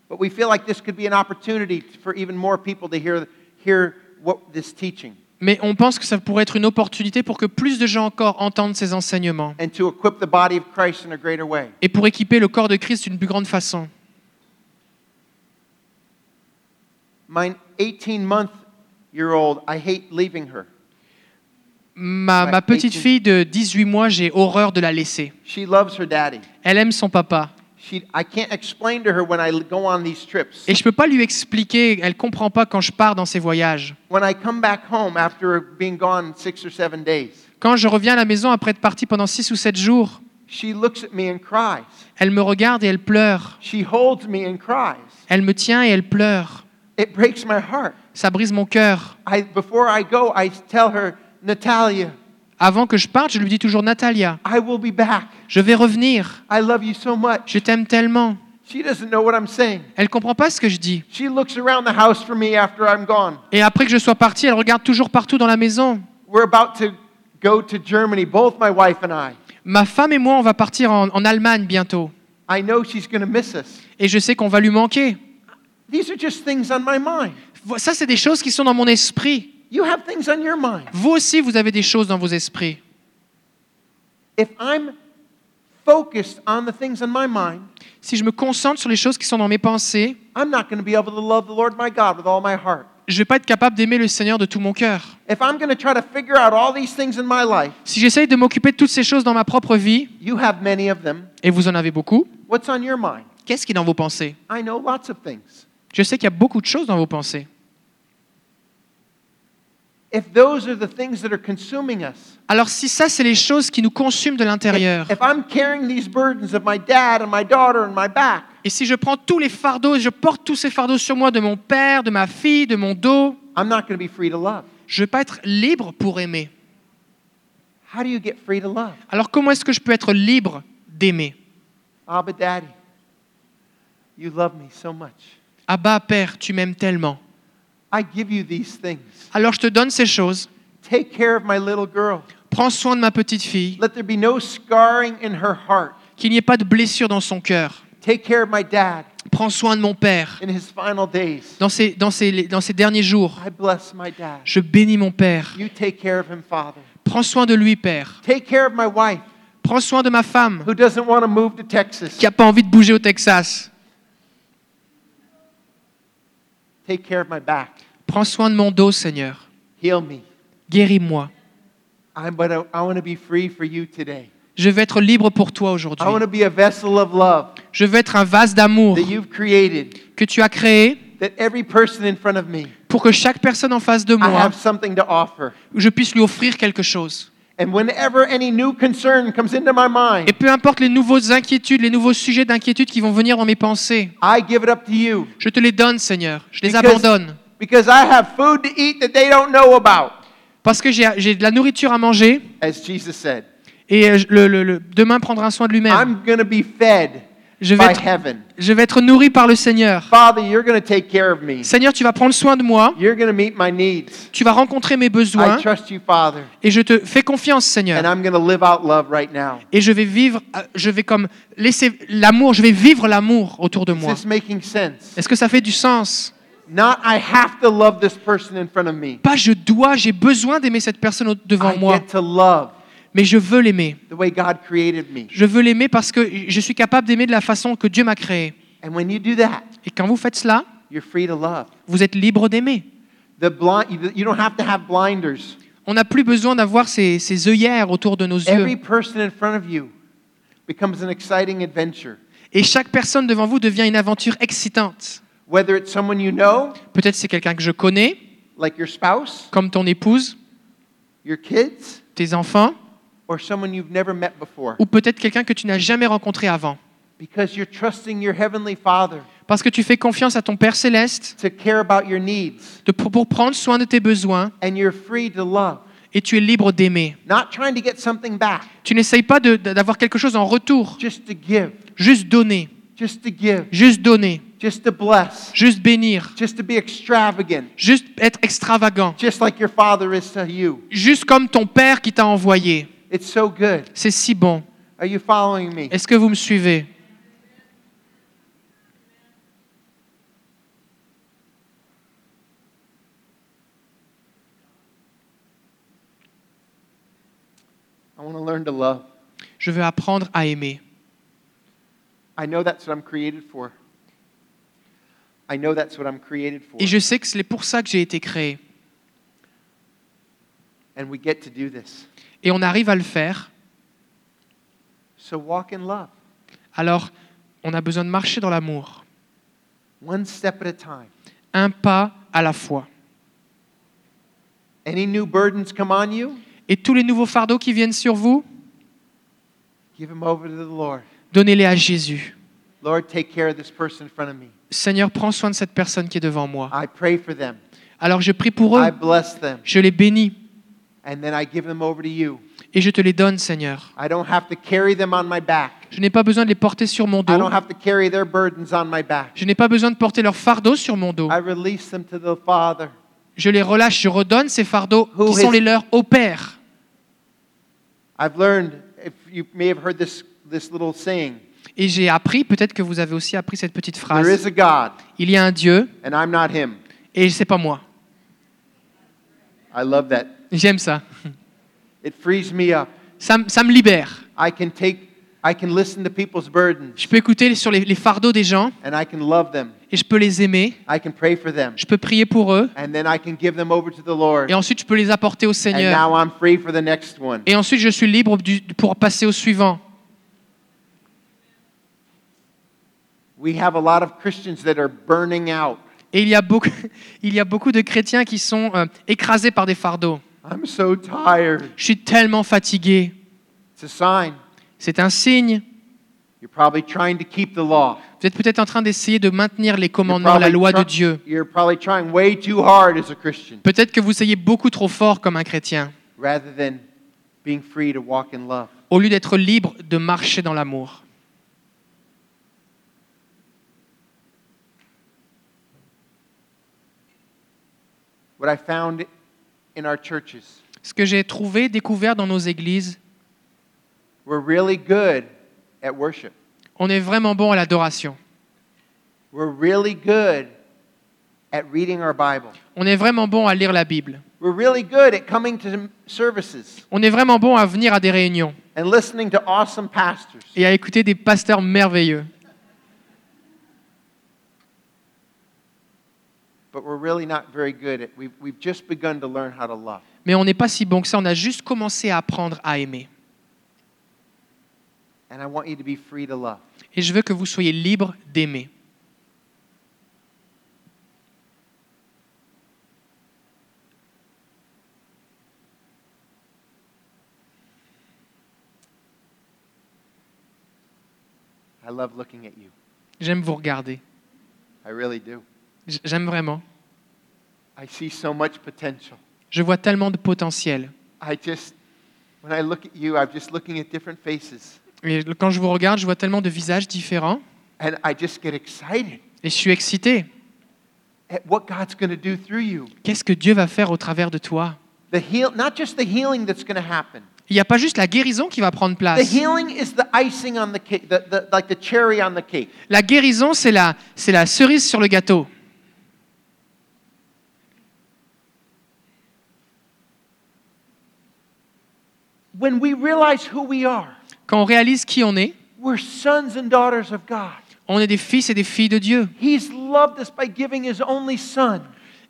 but we feel like this could be an opportunity for even more people to hear, hear what, this teaching
Mais on pense que ça pourrait être une opportunité pour que plus de gens encore entendent ces enseignements
and to equip the body of Christ in a greater way.
et pour équiper le corps de Christ d'une plus grande façon.
My 18 month year old, I hate leaving her.
Ma,
Ouais,
ma petite
18.
fille de 18 mois, j'ai horreur de la laisser.
She loves her daddy.
Elle aime son papa.
She, I can't explain to her when I go on these trips.
Et je ne peux pas lui expliquer, elle ne comprend pas quand je pars dans ses voyages.
When I come back home after being gone six or seven days,
Quand je reviens à la maison après être parti pendant 6 ou 7 jours,
she looks at me and cries.
elle me regarde et elle pleure.
She holds me and cries.
Elle me tient et elle pleure.
It breaks my heart.
Ça brise mon cœur.
I, before I go, I tell her, Natalia,
Avant que je parte, je lui dis toujours Natalia,
I will be back.
je vais revenir.
I love you so much.
Je t'aime tellement.
She doesn't know what I'm saying.
Elle comprend pas ce que je dis.
She looks around the house for me after I'm gone.
Et après que je sois parti, elle regarde toujours partout dans la maison.
We're about to go to Germany, both my wife and I.
Ma femme et moi, on va partir en, en Allemagne bientôt.
I know she's going to miss us.
Et je sais qu'on va lui manquer.
These are just things on my mind.
Vo- Ça, c'est des choses qui sont dans mon esprit.
You have things on your mind.
Vous aussi, vous avez des choses dans vos esprits.
If I'm focused on the things on my mind,
Si je me concentre sur les choses qui sont dans mes pensées,
I'm not going to be able to love the Lord my God with all my heart.
je ne vais pas être capable d'aimer le Seigneur de tout mon cœur.
If I'm going to try to figure out all these things in my life,
Si j'essaye de m'occuper de toutes ces choses dans ma propre vie,
you have many of them.
et vous en avez beaucoup,
What's on your mind?
qu'est-ce qui est dans vos pensées
I know lots of things.
Je sais qu'il y a beaucoup de choses dans vos pensées.
If those are the things that are consuming us,
Alors si ça, c'est les choses qui nous consument de l'intérieur,
if I'm carrying these burdens of my dad and my daughter and my back,
et si je prends tous les fardeaux, et je porte tous ces fardeaux sur moi, de mon père, de ma fille, de mon dos,
I'm not going to be free to love.
je ne vais pas être libre pour aimer.
How do you get free to love?
Alors comment est-ce que je peux être libre d'aimer
Abba, Daddy, you love me so much.
Abba, Père, tu m'aimes tellement.
I give you these things.
Alors je te donne ces choses.
Take care of my little girl.
Prends soin de ma petite fille,
Let there be no scarring in her heart.
qu'il n'y ait pas de blessure dans son cœur.
Take care of my dad
Prends soin de mon père.
in his final days.
Dans ces, dans ces- dans ces derniers jours,
I bless my dad.
je bénis mon père.
You take care of him, Father.
Prends soin de lui, Père.
Take care of my wife
Prends soin de ma femme,
who doesn't want to move to Texas.
qui n'a pas envie de bouger au Texas.
Take care of my back.
Prends soin de mon dos, Seigneur.
Heal me.
Guéris-moi.
I'm, but I, I want to be free for you today.
Je veux être libre pour toi aujourd'hui.
I want to be a vessel of love
Je veux être un vase d'amour
that you've created,
que tu as créé
that every person in front of me,
pour que chaque personne en face de
I
moi,
have something to offer.
je puisse lui offrir quelque chose.
And whenever any new concern comes into my
Et
mind,
peu importe les nouvelles inquiétudes, les nouveaux sujets d'inquiétude qui vont venir dans mes pensées,
I give it up to you.
je te les donne, Seigneur. Je les
Because-
abandonne.
Because I have food to eat that they don't know about,
Parce que j'ai j'ai de la nourriture à manger
as Jesus said.
et euh, je- le, le- le- demain prendra un soin de lui-même.
I'm going to be fed
Je vais,
by
être,
heaven.
je vais être nourri par le Seigneur.
Father, you're going to take care of me.
Seigneur, tu vas prendre soin de moi.
You're going to meet my needs.
Tu vas rencontrer mes besoins.
I trust you, Father.
Et je te fais confiance,
And
Seigneur.
I'm going to live out love right now.
Et je vais vivre, euh, je vais comme laisser l'amour, je vais vivre l'amour autour de
Is
moi.
this making sense?
Est-ce que ça fait du sens
Not I have to love this person in front of me.
Pas je dois, j'ai besoin d'aimer cette personne au- devant
I
moi,
get to love
mais je veux l'aimer.
the way God created me.
Je veux l'aimer parce que je suis capable d'aimer de la façon que Dieu m'a créé.
And when you do that,
Et quand vous faites cela,
you're free to love.
vous êtes libre d'aimer.
The blind, you- you don't have to have blinders.
On n'a plus besoin d'avoir ces, ces œillères autour de nos
Every
yeux.
person in front of you becomes an exciting adventure.
Et chaque personne devant vous devient une aventure excitante.
Whether it's someone you know,
Peut-être c'est quelqu'un que je connais,
like your spouse,
comme ton épouse,
your kids,
tes enfants,
or someone you've never met before.
ou peut-être quelqu'un que tu n'as jamais rencontré avant.
Because you're trusting your Heavenly Father
Parce que tu fais confiance à ton Père céleste
to care about your needs.
de- pour, pour prendre soin de tes besoins
And you're free to love,
et tu es libre d'aimer.
not trying to get something back,
Tu n'essayes pas de- de- d'avoir quelque chose en retour.
just to give,
Juste donner,
just to give,
juste donner,
just to bless,
juste bénir,
just to be extravagant,
juste être extravagant,
just like your Father is to you.
juste comme ton Père qui t'a envoyé.
It's so good.
C'est si bon.
Are you following me?
Est-ce que vous me suivez
I want to learn to love.
Je veux apprendre à aimer.
I know that's what I'm created for. I know that's what I'm created for.
Et je sais que c'est pour ça que j'ai été créé.
And we get to do this.
Et on arrive à le faire.
So walk in love,
Alors, on a besoin de marcher dans l'amour.
one step at a time.
Un pas à la fois.
Any new burdens come on you,
Et tous les nouveaux fardeaux qui viennent sur vous,
give them over to the Lord.
donnez-les à Jésus.
Lord, take care of this person in front of me.
Seigneur, prends soin de cette personne qui est devant moi.
I pray for them.
Alors je prie pour
I
eux,
bless them.
je les bénis
And then I give them over to you.
et je te les donne, Seigneur.
I don't have to carry them on my back.
Je n'ai pas besoin de les porter sur mon
I
dos.
don't have to carry their burdens on my back.
Je n'ai pas besoin de porter leur fardeau sur mon dos.
I release them to the Father
Je les relâche, je redonne ces fardeaux
Who
qui sont
is-
les leurs au Père.
I've learned if you may have heard this, this little saying
Et j'ai appris, peut-être que vous avez aussi appris cette petite
There is
phrase.
a God,
Il y a un Dieu
and I'm not him.
et c'est pas moi.
I love that.
J'aime ça.
It frees me up.
Ça, me- ça me libère.
I can take, I can listen to people's burdens,
Je peux écouter sur les, les fardeaux des gens
and I can love them.
et je peux les aimer.
I can pray for them,
Je peux prier pour eux
and then I can give them over to the Lord.
et ensuite je peux les apporter au
And
Seigneur.
now I'm free for the next one.
Et ensuite je suis libre du- pour passer au suivant.
We have a lot of Christians that are burning out.
Et il y a beaucoup, il y a beaucoup de chrétiens qui sont euh, écrasés par des fardeaux.
I'm so tired.
Je suis tellement fatigué.
It's a sign.
C'est un signe.
You're probably trying to keep the law.
Vous êtes peut-être en train d'essayer de maintenir les
You're
commandements,
probably
la loi de
try-
Dieu.
You're probably trying way too hard as a Christian
Peut-être que vous soyez beaucoup trop fort comme un chrétien,
rather than being free to walk in love.
au lieu d'être libre de marcher dans l'amour.
What I found in our churches,
Ce que j'ai trouvé, découvert dans nos églises,
we're really good at worship.
on est vraiment bon à l'adoration.
We're really good at reading our Bible.
On est vraiment bon à lire la Bible.
We're really good at coming to services
On est vraiment bon à venir à des réunions
and listening to awesome pastors.
et à écouter des pasteurs merveilleux.
but we're really not very good at we've, we've just begun to learn how to love
Mais on n'est pas si bon que ça, on a juste commencé à apprendre à aimer.
and i want you to be free to love
Et je veux que vous soyez libre d'aimer.
i love looking at you
J'aime vous regarder.
i really do
J- J'aime vraiment.
i see so much potential
Je vois tellement de potentiel.
i just when i look at you i'm just looking at different faces
Et quand je vous regarde, je vois tellement de visages différents
and i just get excited
et je suis excité.
at what god's going to do through you
Qu'est-ce que Dieu va faire au travers de toi
the heal not just the healing that's going to happen
Il n'y a pas juste la guérison qui va prendre
the
place.
healing is the icing on the cake the, the, like the cherry on the cake
La guérison, c'est la, c'est la cerise sur le gâteau.
when we realize who we are
Quand on réalise qui on est,
we're sons and daughters of god
on est des fils et des filles de Dieu.
he's loved us by giving his only son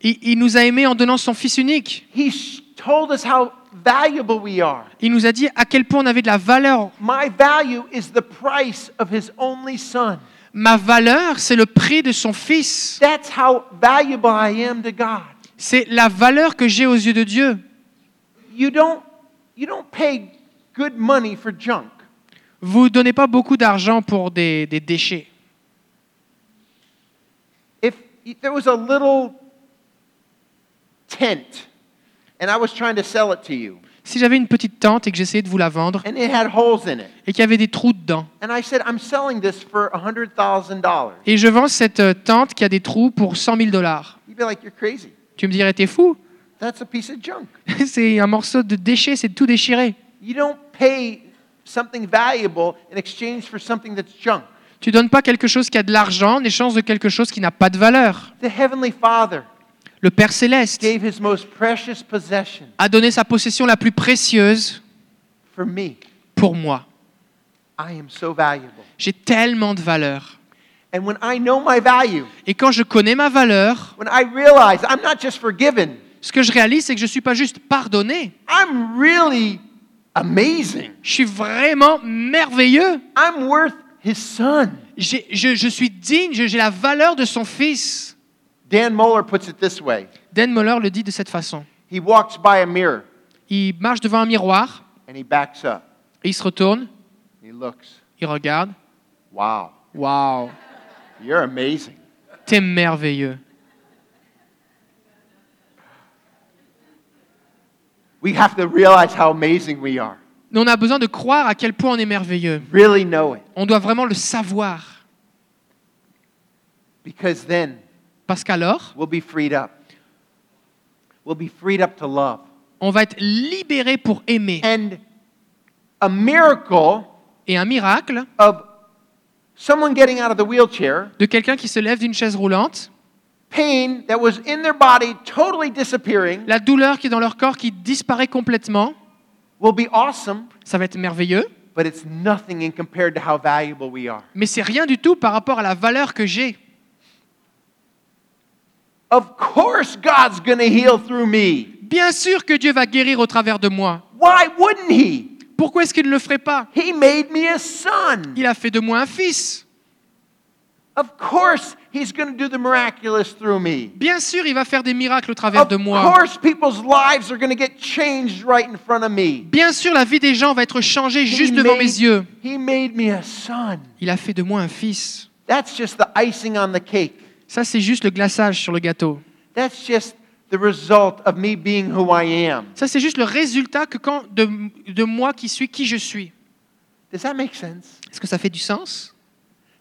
Il, il nous a aimés en donnant son Fils unique.
He's told us how valuable we are.
Il nous a dit à quel point on avait de la valeur.
My value is the price of his only son.
Ma valeur, c'est le prix de son Fils.
That's how valuable I am to God.
C'est la valeur que j'ai aux yeux de Dieu.
You don't, you don't pay good money for junk.
Vous ne donnez pas beaucoup d'argent pour des, des déchets.
If there was a little tent and I was trying to sell it to you
Si j'avais une petite tente et que j'essayais de vous la vendre
and it had holes in it,
et qu'il y avait des trous dedans,
and I said, I'm selling this for $100,000,
et je vends cette euh, tente qui a des trous pour 100 000 dollars,
you'd be like, You're crazy.
tu me dirais, t'es fou
That's a piece of junk.
C'est un morceau de déchet, c'est tout déchiré.
You don't pay something valuable in exchange for something that's junk.
Tu donnes pas quelque chose qui a de l'argent en échange de quelque chose qui n'a pas de valeur.
The Heavenly Father
Le Père Céleste
gave His most precious possession
a donné sa possession la plus précieuse
for me.
pour moi.
I am so valuable.
J'ai tellement de valeur.
And when I know my value,
Et quand je connais ma valeur,
when I realize I'm not just forgiven,
ce que je réalise, c'est que je ne suis pas juste pardonné,
I'm really amazing.
je suis vraiment merveilleux.
I'm worth His Son.
J'ai- Je, je suis digne, je- j'ai la valeur de son fils.
Dan Moeller puts it this way
Dan Moller le dit de cette façon.
He walks by a mirror
Il marche devant un miroir,
and he backs up.
et il se retourne,
He looks,
il regarde.
Wow,
Waouh,
you're amazing.
t'es merveilleux.
We have to realize how amazing we are,
On a besoin de croire à quel point on est merveilleux.
really know it.
On doit vraiment le savoir.
Because then
Parce qu'alors,
we'll be freed up. We'll be freed up to love.
on va être libéré pour aimer.
And a miracle
et un miracle
of someone getting out of the wheelchair,
de quelqu'un qui se lève d'une chaise roulante,
pain that was in their body totally disappearing,
la douleur qui est dans leur corps qui disparaît complètement.
will be awesome,
Ça va être merveilleux,
but it's nothing in compared to how valuable we are.
mais c'est rien du tout par rapport à la valeur que j'ai.
Of course, God's going to heal through me.
Bien sûr que Dieu va guérir au travers de moi.
Why wouldn't He?
Pourquoi est-ce qu'il ne le ferait pas
He made me a son.
Il a fait de moi un fils.
Of course, He's going to do the miraculous through me.
Bien sûr, il va faire des miracles au travers
Of
de moi.
course, people's lives are going to get changed right in front of me.
Bien sûr, la vie des gens va être changée juste
he,
devant
made,
mes yeux.
he made me a son.
Il a fait de moi un fils.
That's just the icing on the cake.
Ça, c'est juste le glaçage sur le gâteau.
That's just the result of me being who I am.
Ça, c'est juste le résultat que quand de, de moi qui suis qui je suis.
Does that make sense?
Est-ce que ça fait du sens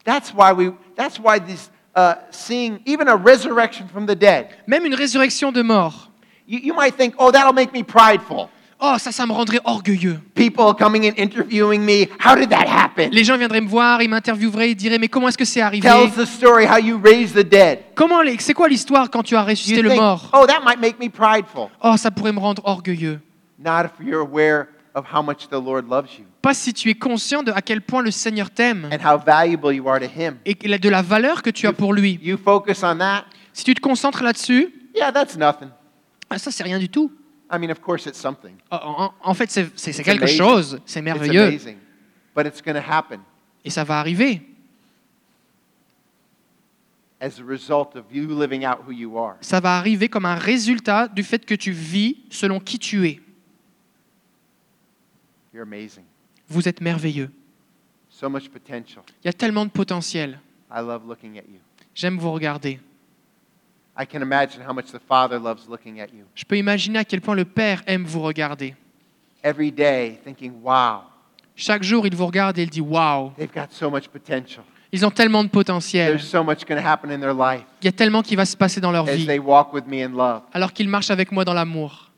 That's why we. That's why these uh, seeing even a resurrection from the dead.
Même une résurrection de mort.
You, you might think, oh, that'll make me prideful.
Oh, ça, ça me rendrait orgueilleux.
People coming and interviewing me. How did that happen?
Les gens viendraient me voir, ils m'intervieweraient, ils diraient mais comment est-ce que c'est arrivé
Tells the story how you raised the dead.
Comment les- c'est quoi l'histoire quand tu as ressuscité
You
le
think,
mort
oh, that might make me prideful.
Oh, ça pourrait me rendre orgueilleux.
Not if you're aware of how much the Lord loves you
Pas si tu es conscient de à quel point le Seigneur t'aime
and how valuable you are to Him.
et que- de la valeur que tu as pour lui.
You focus on that.
Si tu te concentres là-dessus,
Yeah, that's nothing.
ah, ça c'est rien du tout.
I mean, of course, it's something.
En- En, en fait, c'est c'est- c'est
It's
quelque
amazing.
chose, c'est
It's
merveilleux
amazing, but it's going to happen
et ça va arriver.
as a result of you living out who you are.
Ça va arriver comme un résultat du fait que tu vis selon qui tu es.
You're amazing.
Vous êtes merveilleux.
So much potential.
Il y a tellement de potentiel.
I love looking at you.
J'aime vous regarder.
I can imagine how much the Father loves looking at you
Je peux imaginer à quel point le Père aime vous regarder.
every day, thinking, wow,
Chaque jour, il vous regarde et il dit Waouh,
they've got so much potential.
ils ont tellement de potentiel.
There's so much going to happen in their life
Il y a tellement qui va se passer dans leur
as
vie
they walk with me in love.
alors qu'ils marchent avec moi dans l'amour.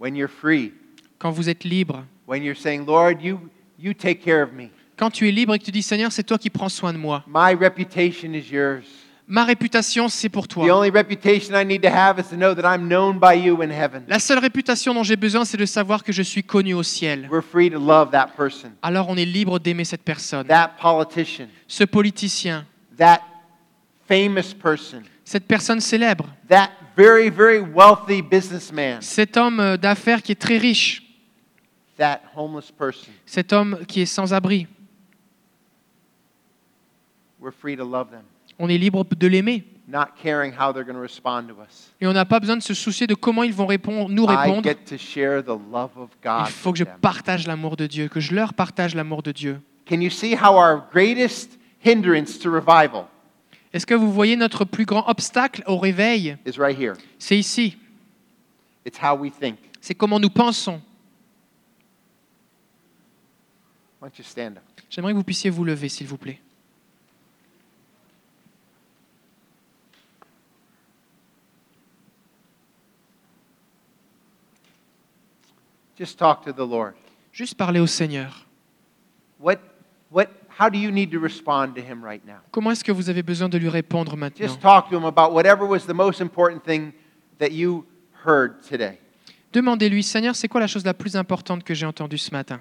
When you're free,
Quand vous êtes libre,
when you're saying, Lord, you, you take care of me.
quand tu es libre et que tu dis Seigneur, c'est toi qui prends soin de moi.
My reputation is yours.
Ma réputation, c'est pour
The
toi.
only reputation I need to have is to know that I'm known by you in heaven.
La seule réputation dont j'ai besoin, c'est de savoir que je suis connu au ciel.
We're free to love that person,
Alors on est libre d'aimer cette personne,
that politician,
ce politicien,
that famous person,
cette personne célèbre,
that very, very wealthy businessman,
cet homme euh, d'affaires qui est très riche,
that homeless person.
cet homme qui est sans abri.
We're free to love them,
On est libre de l'aimer.
not caring how they're going to respond to us.
Et on n'a pas besoin de se soucier de comment ils vont répondre, nous
I
répondre.
get to share the love of
Il
God.
faut que je
with them.
partage l'amour de Dieu, que je leur partage l'amour de Dieu.
Can you see how our greatest hindrance to revival
Est-ce que vous voyez notre plus grand obstacle au réveil
is right here?
C'est ici.
It's how we think.
C'est comment nous pensons.
Why don't you stand up?
J'aimerais que vous puissiez vous lever, s'il vous plaît.
Just talk to the Lord.
Juste parler au Seigneur.
What, what, how do you need to respond to Him right now?
Comment est-ce que vous avez besoin de lui répondre maintenant
Just talk to Him about whatever was the most important thing that you heard today.
Demandez-lui, Seigneur, c'est quoi la chose la plus importante que j'ai entendue ce matin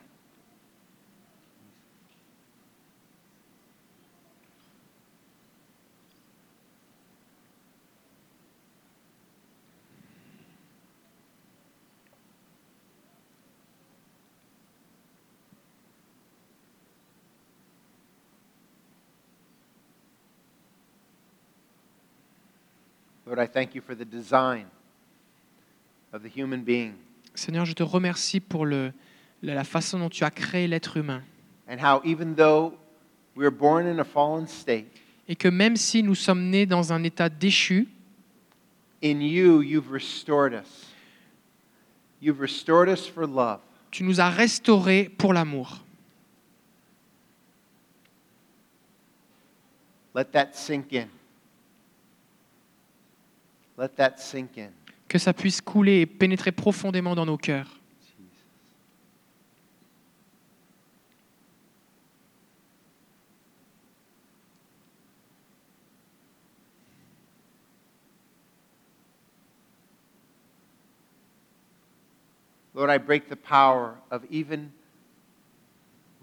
Lord, I thank you for the design of the human being
Seigneur, je te remercie pour le- la la façon dont tu as créé l'être humain.
and how, even though we were born in a fallen state,
Et que même si nous sommes nés dans un état déchu,
in you you've restored us. You've restored us for love.
tu nous as restaurés pour l'amour.
Let that sink in. Let that sink in.
que ça puisse couler et pénétrer profondément dans nos cœurs.
Lord, I break the power of even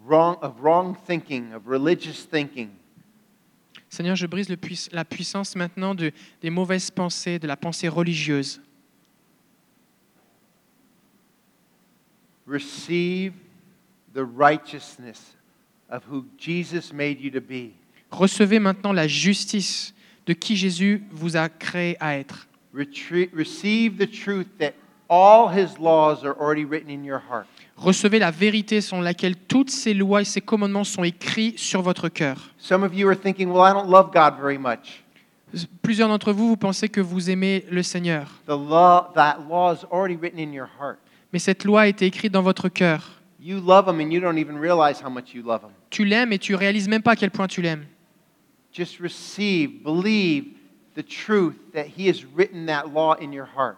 wrong of wrong thinking, of religious thinking.
Seigneur, je brise le puiss- la puissance maintenant de- des mauvaises pensées, de la pensée religieuse.
Receive the righteousness of who Jesus made you to be.
Recevez maintenant la justice de qui Jésus vous a créé à être.
Retrie- receive the truth that all his laws are already written in your heart.
Recevez la vérité selon laquelle toutes ces lois et ces commandements sont écrits sur votre cœur.
Some of you are thinking, well, I don't love God very much.
Plusieurs d'entre vous, vous pensez que vous aimez le Seigneur,
The law, that law is already written in your heart.
mais cette loi a été écrite dans votre cœur.
You love him and you don't even realize how much you love him.
Tu l'aimes et tu réalises même pas à quel point tu l'aimes.
Just receive, believe the truth that he has written that law in your heart.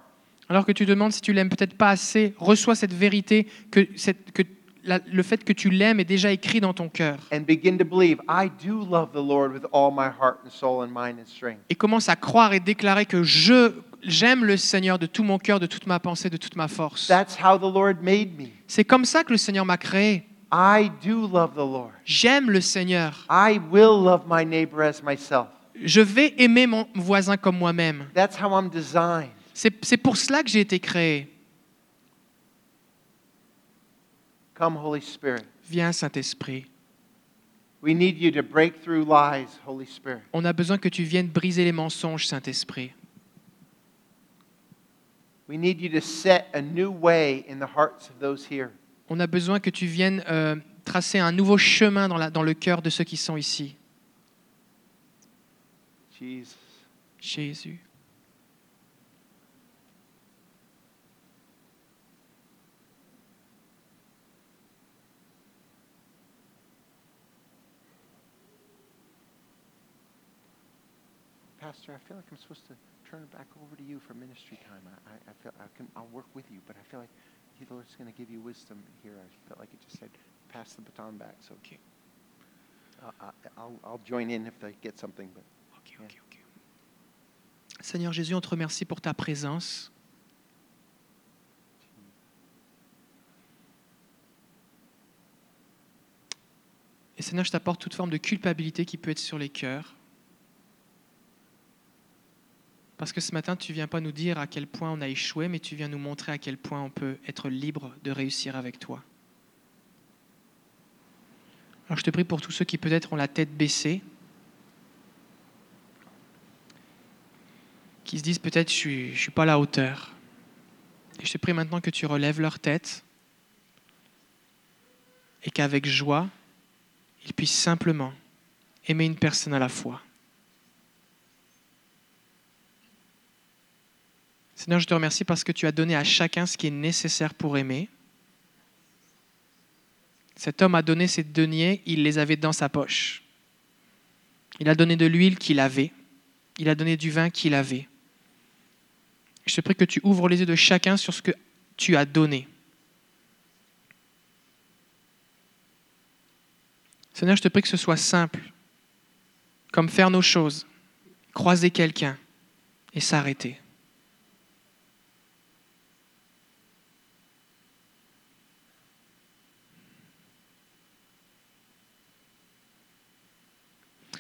Alors que tu demandes si tu l'aimes peut-être pas assez, reçois cette vérité que, cette- que la- le fait que tu l'aimes est déjà écrit dans ton cœur.
And begin to believe, I do love the Lord with all my heart and soul and mind and strength.
Et commence à croire et déclarer que je j'aime le Seigneur de tout mon cœur, de toute ma pensée, de toute ma force.
That's how the Lord made me.
C'est comme ça que le Seigneur m'a créé.
I do love the Lord.
J'aime le Seigneur.
I will love my neighbor as myself.
Je vais aimer mon voisin comme moi-même.
That's how I'm designed.
C'est c'est pour cela que j'ai été créé.
Come, Holy Spirit.
Viens, Saint-Esprit.
We need you to break through lies, Holy Spirit.
On a besoin que tu viennes briser les mensonges, Saint-Esprit.
We need you to set a new way in the hearts of those here.
On a besoin que tu viennes euh, tracer un nouveau chemin dans, la- dans le cœur de ceux qui sont ici.
Jesus.
Jésus.
Pastor, I feel like I'm supposed to turn it back over to you for ministry time. I, I, I feel I can, I'll work with you, but I feel like the Lord's going to give you wisdom here. I felt like it just said, pass the baton back. So okay. I, I'll, I'll join in if they get something. But
Ok, ok, ok. Seigneur Jésus, on te remercie pour ta présence. Et Seigneur, je t'apporte toute forme de culpabilité qui peut être sur les cœurs. Parce que ce matin, tu viens pas nous dire à quel point on a échoué, mais tu viens nous montrer à quel point on peut être libre de réussir avec toi. Alors je te prie pour tous ceux qui peut-être ont la tête baissée, qui se disent peut-être je ne suis, je suis pas à la hauteur. Et je te prie maintenant que tu relèves leur tête et qu'avec joie, ils puissent simplement aimer une personne à la fois. Seigneur, je te remercie parce que tu as donné à chacun ce qui est nécessaire pour aimer. Cet homme a donné ses deniers, il les avait dans sa poche. Il a donné de l'huile qu'il avait. Il a donné du vin qu'il avait. Je te prie que tu ouvres les yeux de chacun sur ce que tu as donné. Seigneur, je te prie que ce soit simple, comme faire nos choses, croiser quelqu'un et s'arrêter.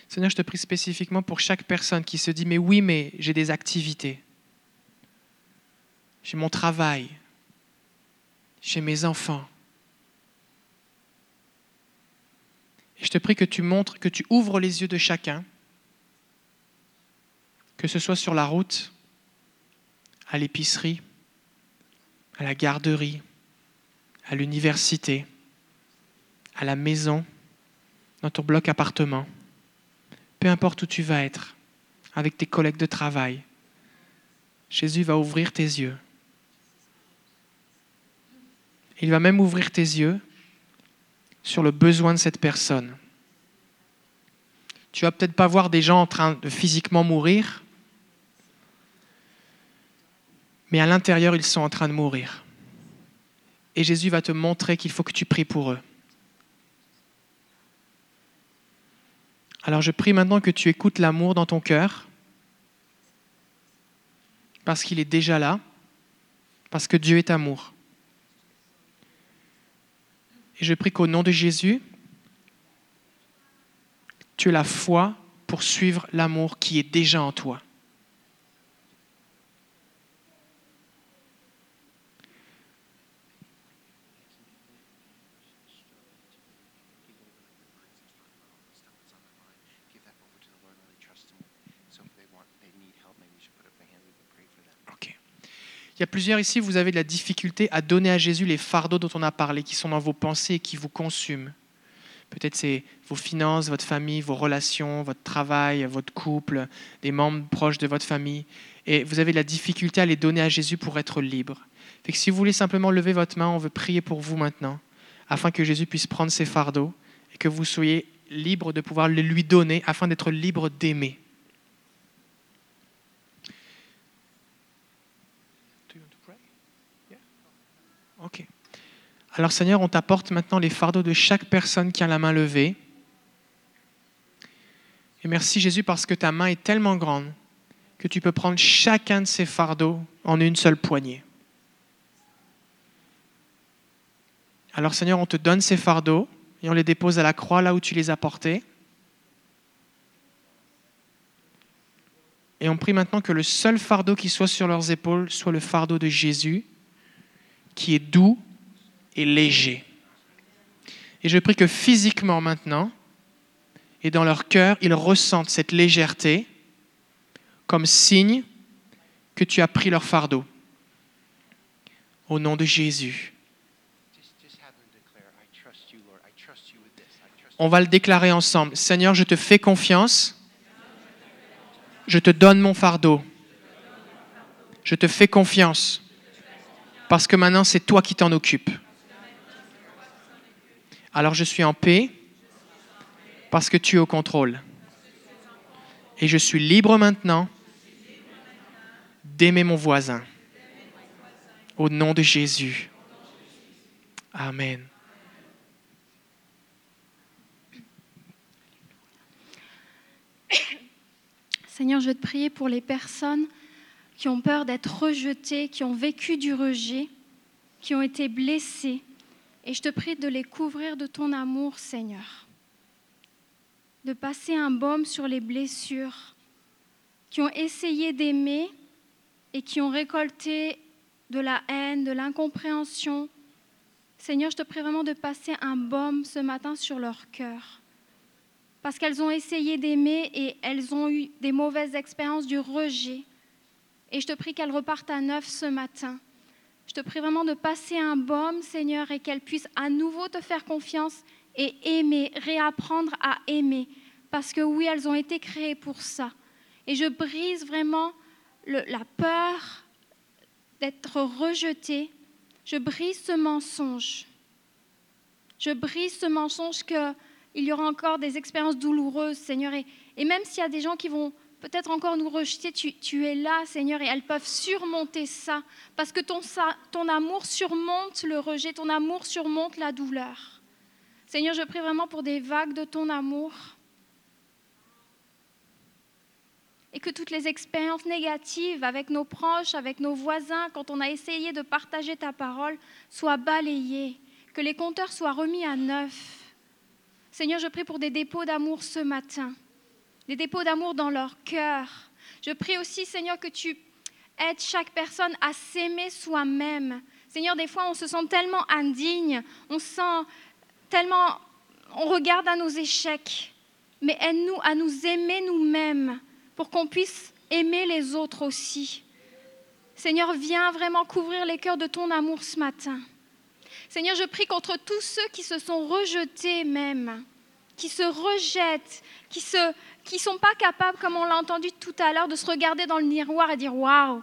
Seigneur, je te prie spécifiquement pour chaque personne qui se dit, mais oui, mais j'ai des activités. J'ai mon travail. J'ai mes enfants. Et je te prie que tu montres, que tu ouvres les yeux de chacun, que ce soit sur la route, à l'épicerie, à la garderie, à l'université, à la maison, dans ton bloc appartement peu importe où tu vas être, avec tes collègues de travail, Jésus va ouvrir tes yeux. Il va même ouvrir tes yeux sur le besoin de cette personne. Tu vas peut-être pas voir des gens en train de physiquement mourir, mais à l'intérieur, ils sont en train de mourir. Et Jésus va te montrer qu'il faut que tu pries pour eux. Alors je prie maintenant que tu écoutes l'amour dans ton cœur, parce qu'il est déjà là, parce que Dieu est amour. Et je prie qu'au nom de Jésus, tu aies la foi pour suivre l'amour qui est déjà en toi. Il y a plusieurs ici, vous avez de la difficulté à donner à Jésus les fardeaux dont on a parlé, qui sont dans vos pensées et qui vous consument. Peut-être c'est vos finances, votre famille, vos relations, votre travail, votre couple, des membres proches de votre famille. Et vous avez de la difficulté à les donner à Jésus pour être libre. Fait que si vous voulez simplement lever votre main, on veut prier pour vous maintenant, afin que Jésus puisse prendre ses fardeaux et que vous soyez libre de pouvoir les lui donner, afin d'être libre d'aimer. Ok. Alors Seigneur, on t'apporte maintenant les fardeaux de chaque personne qui a la main levée. Et merci Jésus parce que ta main est tellement grande que tu peux prendre chacun de ces fardeaux en une seule poignée. Alors Seigneur, on te donne ces fardeaux et on les dépose à la croix là où tu les as portés. Et on prie maintenant que le seul fardeau qui soit sur leurs épaules soit le fardeau de Jésus qui est doux et léger. Et je prie que physiquement maintenant, et dans leur cœur, ils ressentent cette légèreté comme signe que tu as pris leur fardeau. Au nom de Jésus. On va le déclarer ensemble. Seigneur, je te fais confiance. Je te donne mon fardeau. Je te fais confiance parce que maintenant c'est toi qui t'en occupes. Alors je suis en paix parce que tu es au contrôle. Et je suis libre maintenant d'aimer mon voisin. Au nom de Jésus. Amen.
Seigneur, je veux te prier pour les personnes qui ont peur d'être rejetées, qui ont vécu du rejet, qui ont été blessées. Et je te prie de les couvrir de ton amour, Seigneur. De passer un baume sur les blessures, qui ont essayé d'aimer et qui ont récolté de la haine, de l'incompréhension. Seigneur, je te prie vraiment de passer un baume ce matin sur leur cœur parce qu'elles ont essayé d'aimer et elles ont eu des mauvaises expériences du rejet. Et je te prie qu'elle reparte à neuf ce matin. Je te prie vraiment de passer un baume, Seigneur, et qu'elle puisse à nouveau te faire confiance et aimer, réapprendre à aimer. Parce que oui, elles ont été créées pour ça. Et je brise vraiment le- la peur d'être rejetée. Je brise ce mensonge. Je brise ce mensonge qu'il y aura encore des expériences douloureuses, Seigneur. Et, et même s'il y a des gens qui vont peut-être encore nous rejeter, tu, tu es là, Seigneur, et elles peuvent surmonter ça, parce que ton, sa- ton amour surmonte le rejet, ton amour surmonte la douleur. Seigneur, je prie vraiment pour des vagues de ton amour, et que toutes les expériences négatives avec nos proches, avec nos voisins, quand on a essayé de partager ta parole, soient balayées, que les compteurs soient remis à neuf. Seigneur, je prie pour des dépôts d'amour ce matin des dépôts d'amour dans leur cœur. Je prie aussi, Seigneur, que tu aides chaque personne à s'aimer soi-même. Seigneur, des fois, on se sent tellement indigne, on se sent tellement... On regarde à nos échecs, mais aide-nous à nous aimer nous-mêmes pour qu'on puisse aimer les autres aussi. Seigneur, viens vraiment couvrir les cœurs de ton amour ce matin. Seigneur, je prie contre tous ceux qui se sont rejetés même, qui se rejettent, qui se qui sont pas capables, comme on l'a entendu tout à l'heure, de se regarder dans le miroir et dire waouh.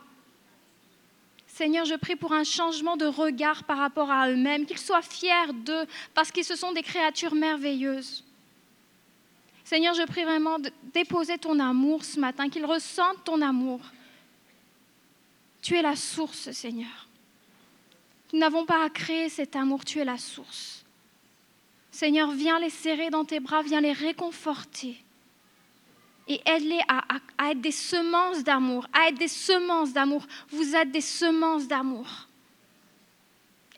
Seigneur, je prie pour un changement de regard par rapport à eux-mêmes, qu'ils soient fiers d'eux, parce qu'ils se sont des créatures merveilleuses. Seigneur, je prie vraiment de déposer ton amour ce matin, qu'ils ressentent ton amour. Tu es la source, Seigneur. Nous n'avons pas à créer cet amour, tu es la source. Seigneur, viens les serrer dans tes bras, viens les réconforter. Et aide-les à, à- à être des semences d'amour, à être des semences d'amour. Vous êtes des semences d'amour.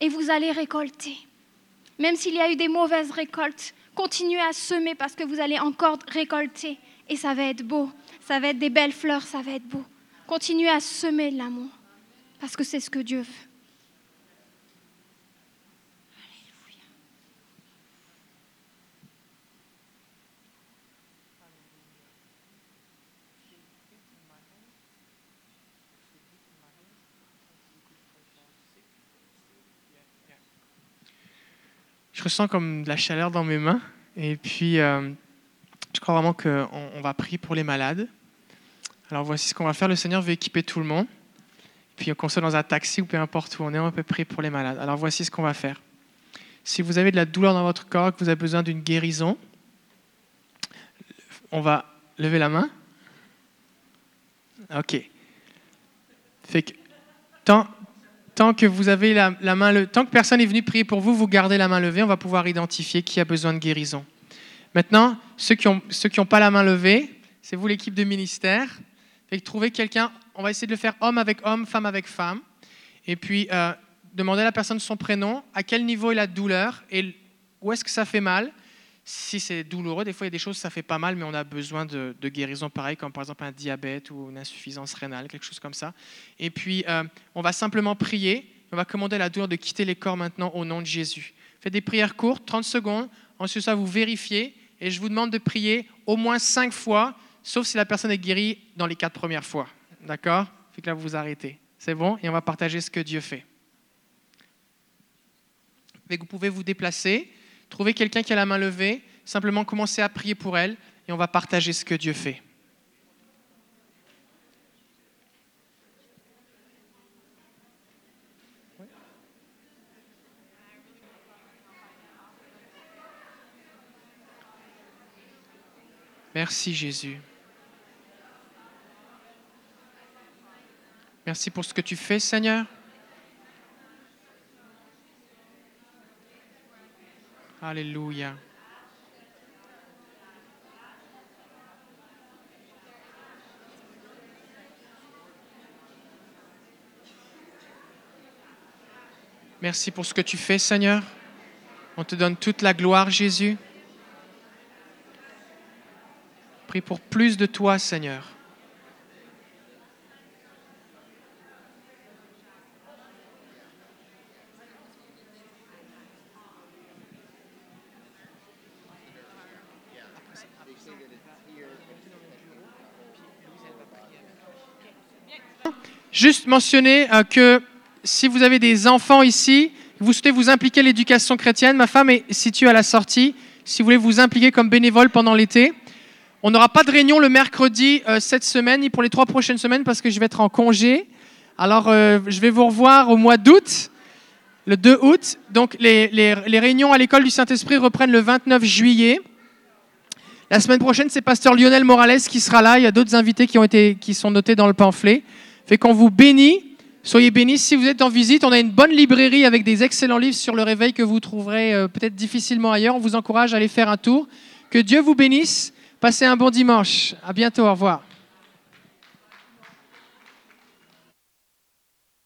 Et vous allez récolter. Même s'il y a eu des mauvaises récoltes, continuez à semer parce que vous allez encore récolter. Et ça va être beau. Ça va être des belles fleurs, ça va être beau. Continuez à semer de l'amour parce que c'est ce que Dieu veut.
je ressens comme de la chaleur dans mes mains. Et puis, euh, je crois vraiment qu'on on va prier pour les malades. Alors, voici ce qu'on va faire. Le Seigneur veut équiper tout le monde. Puis, qu'on soit dans un taxi ou peu importe où on est, on peut prier pour les malades. Alors, voici ce qu'on va faire. Si vous avez de la douleur dans votre corps, que vous avez besoin d'une guérison, on va lever la main. OK. Fait que, tant, tant que vous avez la, la main le- tant que personne est venu prier pour vous, vous gardez la main levée, on va pouvoir identifier qui a besoin de guérison. Maintenant, ceux qui ont ceux qui n'ont pas la main levée, c'est vous l'équipe de ministère. Fait que trouvez quelqu'un, on va essayer de le faire homme avec homme, femme avec femme, et puis euh, demandez à la personne son prénom, à quel niveau est la douleur et l- où est-ce que ça fait mal. Si c'est douloureux, des fois il y a des choses ça fait pas mal, mais on a besoin de, de guérison pareil, comme par exemple un diabète ou une insuffisance rénale, quelque chose comme ça. Et puis euh, on va simplement prier. On va commander à la douleur de quitter les corps maintenant au nom de Jésus. Faites des prières courtes, 30 secondes. Ensuite, ça, vous vérifiez. Et je vous demande de prier au moins 5 fois, sauf si la personne est guérie dans les 4 premières fois. D'accord Fait que là, vous vous arrêtez. C'est bon Et on va partager ce que Dieu fait. Fait que vous pouvez vous déplacer, trouver quelqu'un qui a la main levée, simplement commencer à prier pour elle et on va partager ce que Dieu fait. Merci Jésus. Merci pour ce que tu fais Seigneur. Alléluia. Merci pour ce que tu fais Seigneur. On te donne toute la gloire Jésus. Prie pour plus de toi, Seigneur. Juste mentionner euh, que si vous avez des enfants ici, vous souhaitez vous impliquer à l'éducation chrétienne, ma femme est située à la sortie. Si vous voulez vous impliquer comme bénévole pendant l'été, on n'aura pas de réunion le mercredi euh, cette semaine, ni pour les trois prochaines semaines, parce que je vais être en congé. Alors, euh, je vais vous revoir au mois d'août, le 2 août. Donc, les, les- les réunions à l'école du Saint-Esprit reprennent le 29 juillet. La semaine prochaine, c'est pasteur Lionel Morales qui sera là. Il y a d'autres invités qui, ont été, qui sont notés dans le pamphlet. Fait qu'on vous bénit. Soyez bénis. Si vous êtes en visite, on a une bonne librairie avec des excellents livres sur le réveil que vous trouverez euh, peut-être difficilement ailleurs. On vous encourage à aller faire un tour. Que Dieu vous bénisse. Passez un bon dimanche. À bientôt. Au revoir.